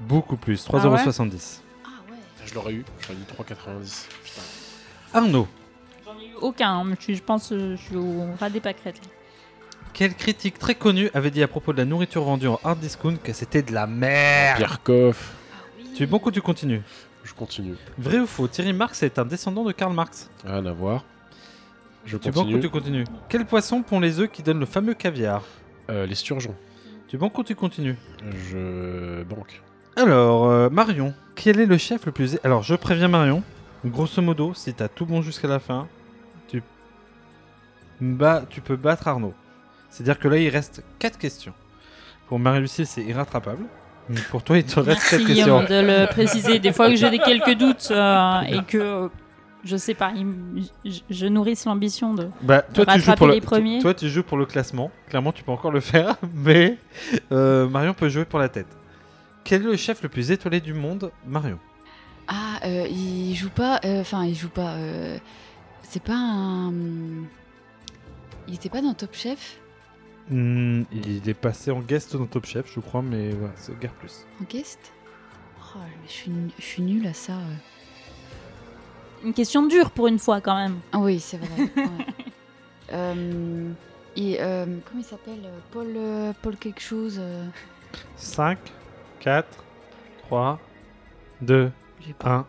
Beaucoup plus,
Ah ouais
3,70€.
Ah,
Je l'aurais eu, j'aurais eu 3,90. Putain.
Arnaud,
Aucun, hein, mais je, suis- je pense que je suis au ras des pâquerettes.
quel critique très connu avait dit à propos de la nourriture vendue en hard discount que c'était de la
Ah.
merde
Pierkoff.
Tu es bon ou tu continues
Je continue.
Vrai ou faux Thierry Marx est un descendant de Karl Marx.
Rien à voir. Je
Tu banques ou
continue.
tu continues Quel poisson pond les œufs qui donnent le fameux caviar
Euh, les sturgeons.
Tu banques ou tu continues
Je banque.
Alors, euh, Marion, quel est le chef le plus... é- Alors, je préviens Marion, grosso modo, si t'as tout bon jusqu'à la fin, tu... Bah, tu peux battre Arnaud. C'est-à-dire que là, il reste 4 questions. Pour Marie-Lucille, c'est irrattrapable. Mais Pour toi, il te reste 4
Merci
questions.
Guillaume de le préciser. Des fois que j'ai des quelques doutes euh, et que, euh, je sais pas, il m- je, je nourrisse l'ambition de,
Bah,
de
toi, tu joues
rattraper
pour le...
les premiers.
toi, tu joues pour le classement. Clairement, tu peux encore le faire, mais euh, Marion peut jouer pour la tête. Quel est le chef le plus étoilé du monde, Marion
Ah, euh, il joue pas. euh, Enfin, il joue pas. euh, c'est pas un. Il était pas dans Top Chef
Hmm, Il est passé en guest dans Top Chef, je crois, mais voilà, c'est guère plus.
en guest Oh, mais je suis, nu- je suis nulle à ça. euh.
Une question dure pour une fois quand même.
Ah oui, c'est vrai. ouais. Euh, et, euh, comment il s'appelle euh, Paul, euh, Paul quelque chose euh,
5, 4, 3, 2,
J'ai pas.
1.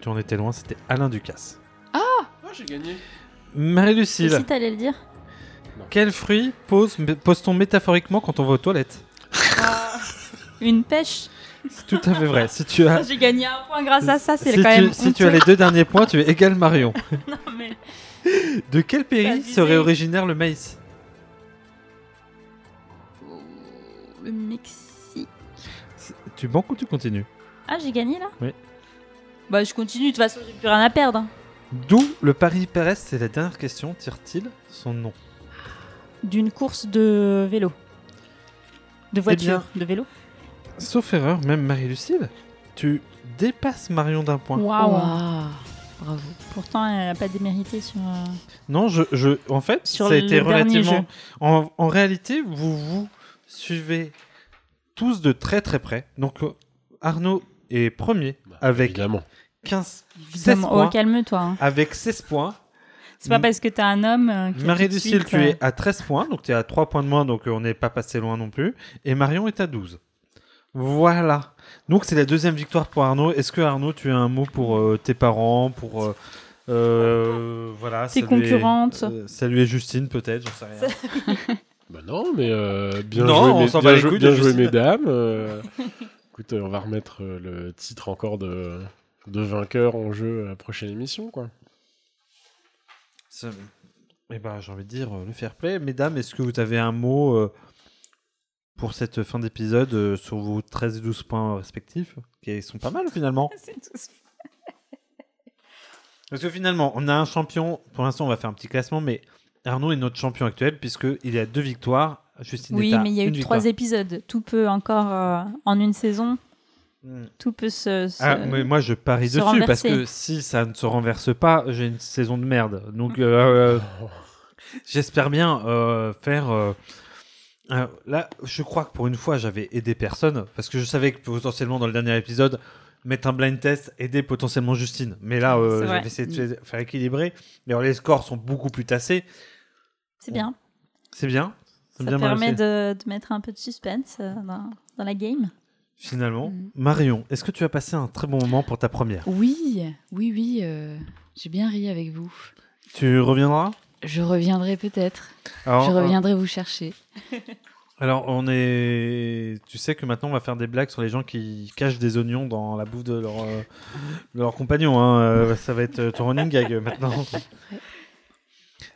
Tu en étais loin, c'était Alain Ducasse.
Ah, j'ai gagné.
Si
Marie-Lucille,
t'allais le dire.
quel fruit pose, pose-t-on métaphoriquement quand on va aux toilettes
Une pêche.
C'est tout à fait vrai. Si tu as,
J'ai gagné un point grâce à Ah, ça, c'est
Ah. si
quand
tu-
même.
si tu as les
honteux.
deux derniers points, tu es égal Marion.
Non, mais
De quel pays
abusé.
serait originaire le maïs
le Mexique.
C'est- Tu banques ou tu continues
Ah, j'ai gagné là
Oui.
Bah, je continue, de toute façon, j'ai plus rien à perdre. hein.
D'où le Paris Perez, c'est la dernière question, tire-t-il son nom
D'une course de vélo. De voiture,
Eh bien.
de vélo
Sauf erreur, même Marie-Lucille, tu dépasses Marion d'un point.
Waouh. Bravo. Pourtant, elle n'a pas démérité sur. euh,
Non, je, je- en fait,
Sur
ça a été
le dernier
relativement.
jeu.
En, en réalité, vous vous suivez tous de très très près. Donc, euh, Arnaud est premier
Bah,
avec 15, 16
Évidemment. Oh,
points.
calme-toi, hein.
Avec 16 points.
C'est
Mm.
pas parce que t'es un homme. euh, que
Marie-Lucille,
tout
tu
de
es
suite,
à 13 points, donc tu es à 3 points de moins, donc euh, on n'est pas passé loin non plus. Et Marion est à 12. Voilà. Donc c'est la deuxième victoire pour Arnaud. Est-ce que Arnaud, tu as un mot pour euh, tes parents, pour... euh, euh, voilà,
Tes
saluer-
concurrentes.
euh, saluer Justine peut-être, j'en sais rien.
Bah non, mais euh, bien
Non,
joué,
on
mes-
s'en
bien
bat les
joué-
couilles de
bien joué,
Justine.
mesdames. Euh, écoute, euh, on va remettre euh, le titre encore de, de vainqueur en jeu à la prochaine émission, quoi.
Ça- Eh ben, j'ai envie de dire euh, le fair play. Mesdames, est-ce que vous avez un mot euh, pour cette fin d'épisode euh, sur vos 13 et 12 points respectifs Qui sont pas mal finalement. Parce que finalement, on a un champion. Pour l'instant, on va faire un petit classement, mais Arnaud est notre champion actuel puisqu'il a deux victoires. Justine est
Oui,
à
mais il y a eu
une
trois
victoire.
épisodes. Tout peut encore, euh, en une saison, tout peut se. se-
Ah, mais moi je parie
se
dessus parce
renverser.
que si ça ne se renverse pas, j'ai une saison de merde. Donc euh, euh, j'espère bien euh, faire. euh, euh, là, je crois que pour une fois, j'avais aidé personne parce que je savais que potentiellement dans le dernier épisode, mettre un blind test aider potentiellement Justine. Mais là, euh,
C'est vrai.
j'avais essayé de faire équilibrer. D'ailleurs, les scores sont beaucoup plus tassés.
C'est bien.
C'est bien. C'est
Ça
bien
permet
balancé.
de, de mettre un peu de suspense euh, dans, dans la game.
Finalement,
Mhm.
Marion, est-ce que tu as passé un très bon moment pour ta première
Oui, oui, oui. euh, J'ai bien ri avec vous.
Tu reviendras
Je reviendrai peut-être.
Alors,
je
euh,
reviendrai vous chercher.
Alors, on est. Tu sais que maintenant, on va faire des blagues sur les gens qui cachent des oignons dans la bouffe de leur, euh, de leur compagnon. hein. Euh, Ça va être euh, ton running gag euh, maintenant.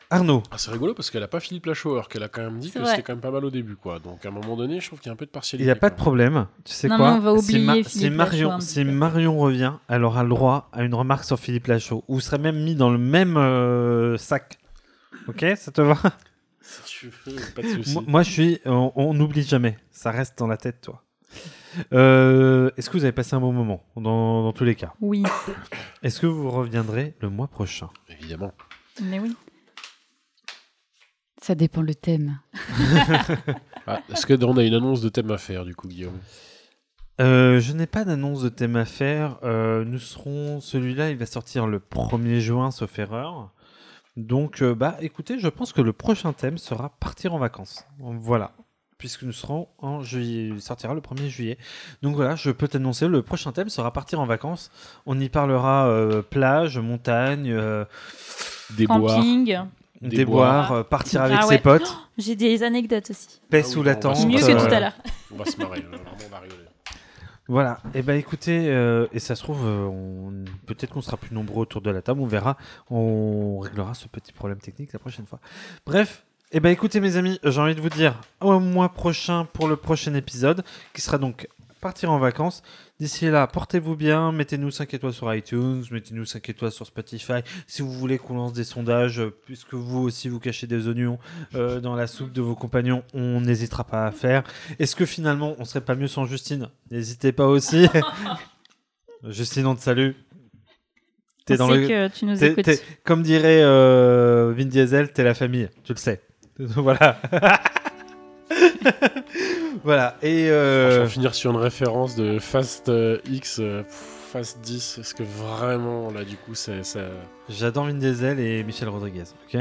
Arnaud.
Ah, c'est rigolo parce qu'elle a pas fini de Placho, alors qu'elle a quand même dit
C'est
que
vrai.
c'était quand même pas mal au début, quoi. Donc à un moment donné, je trouve qu'il y a un peu de
Il
partialité.
n'y a pas de
quoi.
problème. Tu sais
Non,
quoi
mais on va
Si
oublier
Ma-
Philippe
si,
Lachaud hein,
Marion,
un petit
si Marion revient, elle aura le droit à une remarque sur Philippe Lachaud. Ou serait même mis dans le même euh, sac. Ok Ça te va
Si tu veux, pas de soucis.
Moi, moi, je suis. On on n'oublie jamais. Ça reste dans la tête, toi. Euh, Est-ce que vous avez passé un bon moment dans, dans tous les cas
Oui.
Est-ce que vous reviendrez le mois prochain
Évidemment.
Mais oui.
Ça dépend le thème.
Ah, Est-ce que on a une annonce de thème à faire, du coup, Guillaume
Euh, je n'ai pas d'annonce de thème à faire. Euh, nous serons. Celui-là, il va sortir le 1er juin, sauf erreur. Donc, euh, bah, écoutez, je pense que le prochain thème sera partir en vacances. Voilà. Puisque nous serons en juillet. Il sortira le 1er juillet. Donc voilà, je peux t'annoncer, le prochain thème sera partir en vacances. On y parlera euh, plage, montagne, euh,
Camping.
déboire, euh, partir avec ses potes.
Oh, J'ai des anecdotes aussi.
Paix Ah sous oui, la on va tente, se
Mieux
marrer.
que tout à l'heure.
On va se marrer, euh, vraiment, on va rigoler.
Voilà, et eh ben écoutez, euh, et ça se trouve, euh, on... peut-être qu'on sera plus nombreux autour de la table, on verra, on réglera ce petit problème technique la prochaine fois. Bref, et eh ben écoutez mes amis, j'ai envie de vous dire au mois prochain pour le prochain épisode, qui sera donc partir en vacances. D'ici là, portez-vous bien, mettez-nous 5 étoiles sur iTunes, mettez-nous 5 étoiles sur Spotify. Si vous voulez qu'on lance des sondages, euh, puisque vous aussi vous cachez des oignons euh, dans la soupe de vos compagnons, on n'hésitera pas à faire. Est-ce que finalement on serait pas mieux sans Justine N'hésitez pas aussi. Justine, on te salue.
On sait que tu nous
t'es-
écoutes.
t'es- comme dirait euh, Vin Diesel, t'es la famille, tu le sais. voilà. voilà. Et Euh.
Franchement, finir sur une référence de Fast euh, X, euh, pff, Fast 10, est-ce que vraiment, là, du coup, c'est- ça...
J'adore Vin Diesel et Michel Rodriguez, ok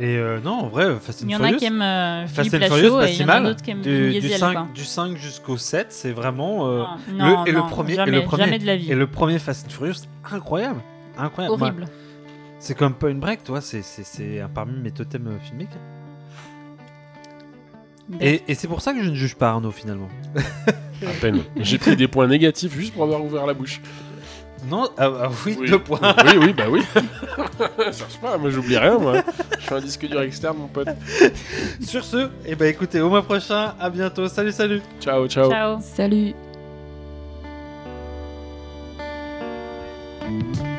Et euh, non, en vrai, Fast and
Il y en a
Furious.
qui aiment, euh,
Fast
Philippe
and
Lachaud
Furious, pas
et il y
si
en a
mal.
d'autres qui aiment
du,
Vin
du
Diesel,
5,
quoi. Ah.
du 5 jusqu'au 7, c'est vraiment. euh,
Non,
le,
non,
et, le
non,
premier, et
jamais,
le premier.
jamais de la vie.
Et le premier Fast and Furious, incroyable. incroyable.
Horrible.
Moi, c'est comme Point Break, toi, c'est- c'est c'est un parmi mes totems euh, filmiques. Et, et c'est pour ça que je ne juge pas Arnaud finalement.
À peine. J'ai pris des points négatifs juste pour avoir ouvert la bouche.
Non, ah, ah oui, deux points.
Oui, oui, bah oui. Cherche pas, moi j'oublie rien, moi. Je suis un disque dur externe, mon pote.
Sur ce, et ben écoutez, au mois prochain, à bientôt, salut, salut.
Ciao, ciao.
Salut.
Thank you.